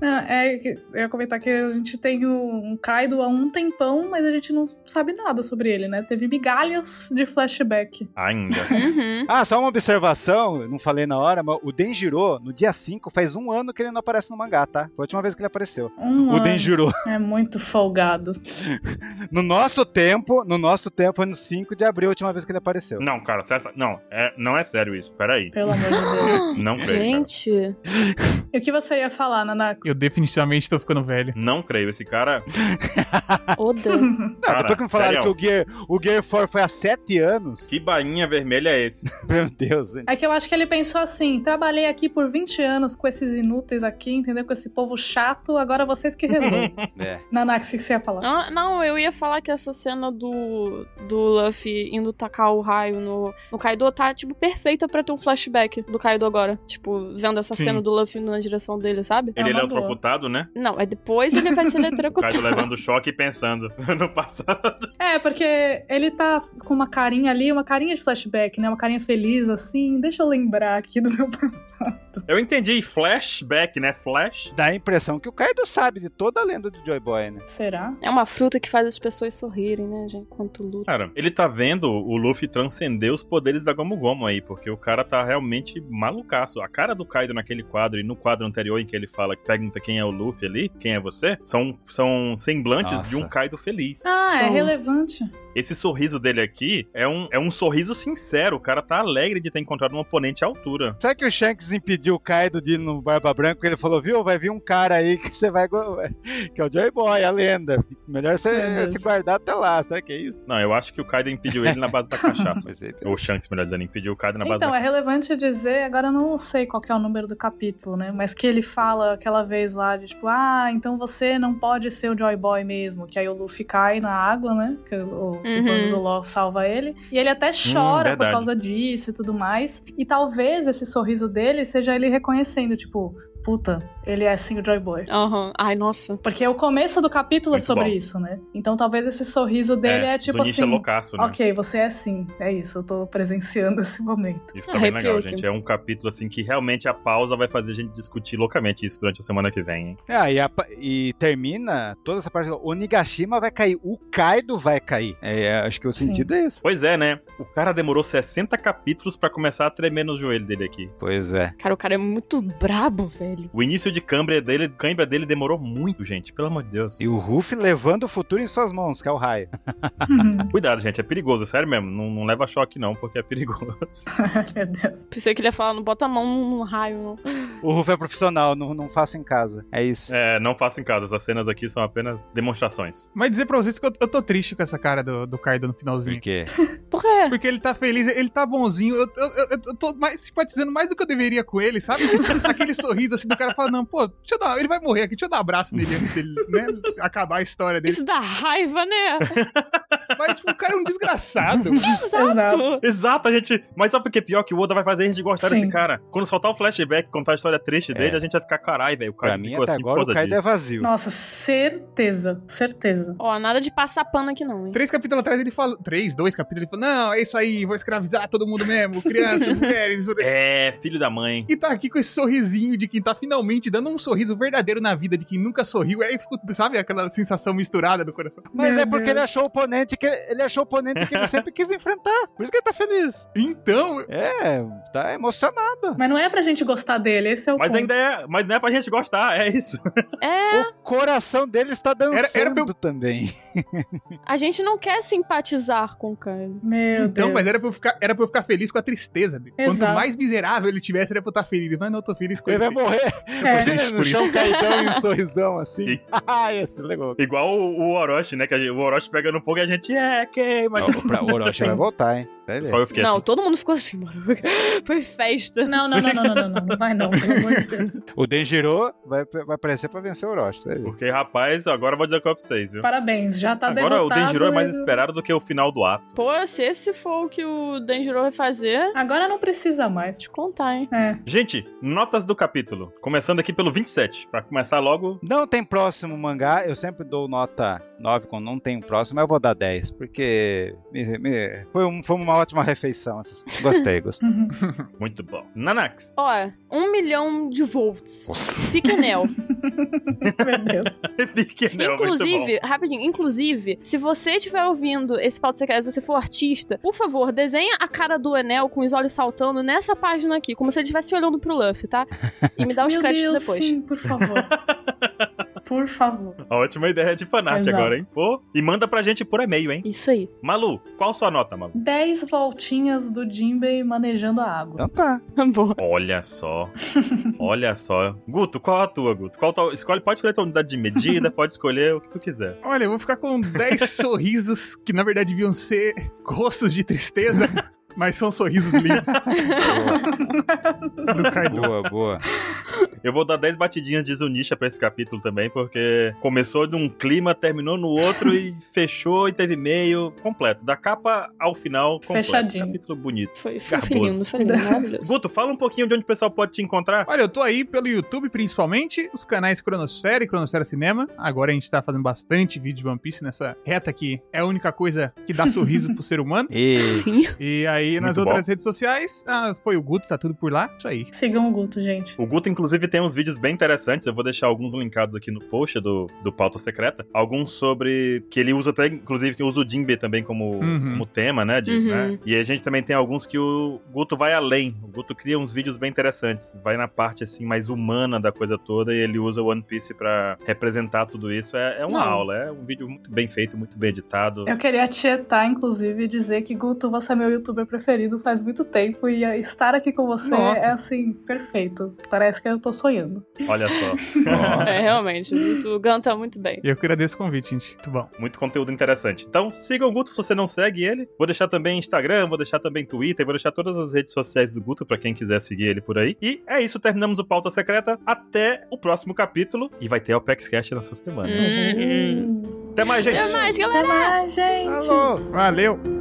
Não, é, que- eu ia comentar que a gente tem o- um Kaido há um tempão, mas a gente não sabe nada sobre ele, né? Teve migalhas de flashback.
Ainda.
Uhum.
Ah, só uma observação, eu não falei na hora, mas o Denjiro, no dia 5, faz um ano que ele não aparece no mangá, tá? Foi a última vez que ele apareceu.
Um
O
ano.
Denjiro.
É muito folgado.
No nosso tempo, no nosso tempo, foi no 5 de abril a última vez que ele apareceu.
Não, cara, cessa- não, é, não é sério isso. Peraí.
Pelo amor de Deus.
Não creio. cara.
Gente,
E o que você ia falar, Nanax?
Eu definitivamente tô ficando velho.
Não creio. Esse cara.
odeio.
Não,
cara,
depois que me falaram
sério.
que o Gear, o Gear 4 foi há 7 anos.
Que bainha vermelha é esse?
Meu Deus, gente.
É que eu acho que ele pensou assim: trabalhei aqui por 20 anos com esses inúteis aqui, entendeu? Com esse povo chato, agora vocês que resolvem.
É.
Nanax, o que você ia falar?
Ah, não, eu ia falar que essa cena do, do Luffy indo tacar o raio no, no Kaido tá, tipo, perfeita pra ter um flashback do Kaido agora. Tipo, vendo essa
Sim.
cena do Luffy na na direção dele, sabe?
É
Ele é
uma boa.
eletrocutado, né?
Não, é depois ele vai ser
O Kaido
eletrocutado.
levando choque e pensando no passado.
É, porque ele tá com uma carinha ali, uma carinha de flashback, né? Uma carinha feliz, assim. Deixa eu lembrar aqui do meu passado.
Eu entendi flashback, né? Flash.
Dá a impressão que o Kaido sabe de toda a lenda do Joy Boy, né?
Será?
É uma fruta que faz as pessoas sorrirem, né, gente? Quanto luta.
Cara, ele tá vendo o Luffy transcender os poderes da Gomu Gomu aí, porque o cara tá realmente malucaço. A cara do Kaido naquele quadro e no quadro anterior em que ele fala, pergunta quem é o Luffy ali, quem é você, são, são semblantes
Nossa.
de um Kaido feliz.
Ah, é
São-
relevante.
Esse sorriso dele aqui é um, é um sorriso sincero. O cara tá alegre de ter encontrado um oponente à altura.
Será que o Shanks impediu o Kaido de ir no Barba Branca? Porque Ele falou, viu, vai vir um cara aí que você vai... go- Que é o Joy Boy, a lenda. Melhor
Meu
você
Deus.
se guardar até lá. Será que é isso?
Não, eu acho que o Kaido impediu ele na base da cachaça.
Mas ele-
Ou o Shanks, melhor dizendo, impediu o Kaido na base
Então,
da
é relevante dizer, agora eu não sei qual que é o número do capítulo, né? Mas que ele fala aquela vez lá de tipo, ah, então você não pode ser o Joy Boy mesmo. Que aí o Luffy cai na água, né? Que o, o
Uhum.
bando do LOL salva ele. E ele até chora por
Hum, verdade.
causa disso e tudo mais. E talvez esse sorriso dele seja ele reconhecendo, tipo, puta, ele é sim o Joy Boy.
Aham. Ai, nossa.
Porque é o começo do capítulo
Muito
é sobre
bom.
isso, né? Então talvez esse sorriso dele é, tipo
Zunisha
assim.
loucaço, né?
Ok, você é assim. É isso, eu tô presenciando esse momento.
Isso tá bem
Arrepio
legal,
aqui.
gente. É um capítulo, assim, que realmente a pausa vai fazer a gente discutir loucamente isso durante a semana que vem, hein?
É, e, a pa- e termina toda essa parte. O Nigashima vai cair, o Kaido vai cair. É, acho que o
Sim.
sentido é esse.
Pois é, né? O cara demorou 60 capítulos pra começar a tremer no joelho dele aqui.
Pois é.
Cara, o cara é muito brabo, velho.
O início de câimbra dele, câimbra dele demorou muito, gente. Pelo amor de Deus.
E o Ruff levando o futuro em suas mãos, que é o raio.
Cuidado, gente. É perigoso, é sério mesmo. Não, não leva choque, não, porque é perigoso.
Meu Deus.
Pensei que ele ia falar, não bota a mão no, no raio, não.
O Ruff é profissional, não, não faça em casa. É isso.
é, não faça em casa. Essas cenas aqui são apenas demonstrações.
Mas dizer pra vocês que eu, eu tô triste com essa cara do, do Kaido no finalzinho.
Por quê?
Por quê?
Porque ele tá feliz, ele tá bonzinho. Eu, eu, eu- eu tô mais simpatizando mais do que eu deveria com ele, sabe? Aquele sorriso assim do cara falando, não, pô, deixa eu dar, ele vai morrer aqui, deixa eu dar um abraço nele antes dele, né? Acabar a história dele.
Isso dá raiva, né?
Mas tipo, o cara é um desgraçado.
Exato.
Exato, a gente. Mas sabe o que é pior? Que o Oda vai fazer a gente gostar
Sim.
desse cara. Quando soltar o flashback, contar a história triste dele,
É.
a gente vai ficar, caralho, velho. O cara
Pra mim,
ficou
até
assim
agora,
por
o
causa
Kaido é
disso.
vazio.
Nossa, certeza, certeza.
Ó, nada de passar pano aqui, não, hein?
Três capítulos atrás ele fala. Três, dois capítulos, ele fala: Não, é isso aí, vou escravizar todo mundo mesmo, crianças, mulheres.
É, filho da mãe.
E tá aqui com esse sorrisinho de quem tá finalmente dando um sorriso verdadeiro na vida de quem nunca sorriu. Aí ficou, sabe, aquela sensação misturada do coração.
Mas
Meu
é porque
Deus.
ele achou o oponente que ele achou o oponente que ele sempre quis enfrentar. Por isso que ele tá feliz.
Então,
É, tá emocionado.
Mas não é pra gente gostar dele, esse é o
Mas
ponto.
ainda é. Mas não é pra gente gostar, é isso.
É,
O coração dele está dançando
Era- era pra eu-
também.
a gente não quer simpatizar com o Kaido.
Meu
então
Deus.
mas era pra, eu ficar, era pra eu ficar feliz com a tristeza dele. Quanto
Exato.
mais miserável ele tivesse, era pra eu estar feliz. Mas não, eu tô feliz com
Ele
ele.
vai morrer.
É.
Imagina ele no
Por isso.
chão caidão e um sorrisão assim.
E-
ah, esse legal.
Igual o, o Orochi, né? Que a gente- o Orochi pega no fogo e a gente é queima.
Ó, pra- O Orochi vai voltar, hein? Vai ver.
Só eu fiquei
não,
assim.
todo mundo ficou assim, mano. Foi festa.
Não, não, não, não, não, não, não, não vai não, pelo amor de Deus.
O Denjiro vai, vai aparecer pra vencer o Orochi. Vai ver.
Porque, rapaz, agora eu vou dizer o que eu pra vocês, viu?
Parabéns, já tá
agora o
derrotado.
Denjiro é mais
e-
esperado do que o final do ato.
Pô, se esse for o que o Denjiro vai fazer,
Agora não precisa mais.
te contar, hein?
É.
Gente, notas do capítulo. Começando aqui pelo 27, pra começar logo.
Não tem próximo mangá, eu sempre dou nota 9 quando não tem um próximo, mas eu vou dar 10, porque me- me- foi, um- foi uma ótima refeição. essas- Gostei, gostei.
Uhum.
Muito bom. Nanax.
Ó, um milhão de volts.
Nossa.
Piquenel.
Meu Deus.
Pequenel, é muito
inclusive, rapidinho, inclusive, se você estiver ouvindo esse pauta secreto, se você for artista, por favor, desenha a cara do Enel com os olhos saltando nessa página aqui, como se ele estivesse olhando pro Luffy, tá? E me dá os
Meu
créditos
Deus,
depois.
sim, por favor. Por favor.
bom. Ótima ideia de fanart
Exato.
agora, hein? Pô, e manda pra gente por e-mail, hein?
Isso aí.
Malu, qual sua nota, Malu?
10 voltinhas do Jinbei manejando a água.
Então tá.
Boa.
Olha só. Olha só. Guto, qual a tua, Guto? Qual tua- Escolhe, pode escolher a tua unidade de medida, pode escolher o que tu quiser.
Olha, eu vou ficar com 10 sorrisos que na verdade deviam ser rostos de tristeza, mas são sorrisos lindos do Kaido.
Boa, boa.
Eu vou dar 10 batidinhas de Zunisha pra esse capítulo também, porque começou de um clima, terminou no outro e fechou e teve meio completo. Da capa ao final, completo.
Fechadinho.
Capítulo bonito.
Foi, foi
Garboso.
lindo, foi lindo, maravilhoso.
Guto, fala um pouquinho de onde o pessoal pode te encontrar.
Olha, eu tô aí pelo YouTube principalmente, os canais Cronosfera e Cronosfera Cinema. Agora a gente tá fazendo bastante vídeo de One Piece nessa reta que é a única coisa que dá sorriso pro ser humano.
E
Sim.
E aí nas
Muito
outras redes sociais, ah, foi o Guto, tá tudo por lá. Isso aí.
Sigam o Guto, gente.
O Guto, inclusive, tem uns vídeos bem interessantes. Eu vou deixar alguns linkados aqui no post do, do Pauta Secreta. Alguns sobre. que ele usa até, inclusive, que usa o Jinbe também como,
Uhum.
como tema, né, de-
Uhum.
né? E a gente também tem alguns que o Guto vai além. O Guto cria uns vídeos bem interessantes. Vai na parte, assim, mais humana da coisa toda e ele usa o One Piece pra representar tudo isso. É, é uma
Não.
aula. É um vídeo muito bem feito, muito bem editado.
Eu queria tietar, inclusive, e dizer que Guto, você é meu youtuber preferido faz muito tempo e eh, estar aqui com você
Nossa.
é assim, perfeito. Parece que eu tô sonhando.
Olha só.
É, realmente, o Gun tá muito bem.
E eu que agradeço o convite, gente. Muito bom.
Muito conteúdo interessante. Então, siga o Guto se você não segue ele. Vou deixar também Instagram, vou deixar também Twitter, vou deixar todas as redes sociais do Guto pra quem quiser seguir ele por aí. E é isso, terminamos o Pauta Secreta. Até o próximo capítulo. E vai ter o Pex Cash nessa semana.
Hum, hum.
Até mais, gente!
Até mais, galera!
Até Uhum. mais, gente!
Alô!
Valeu!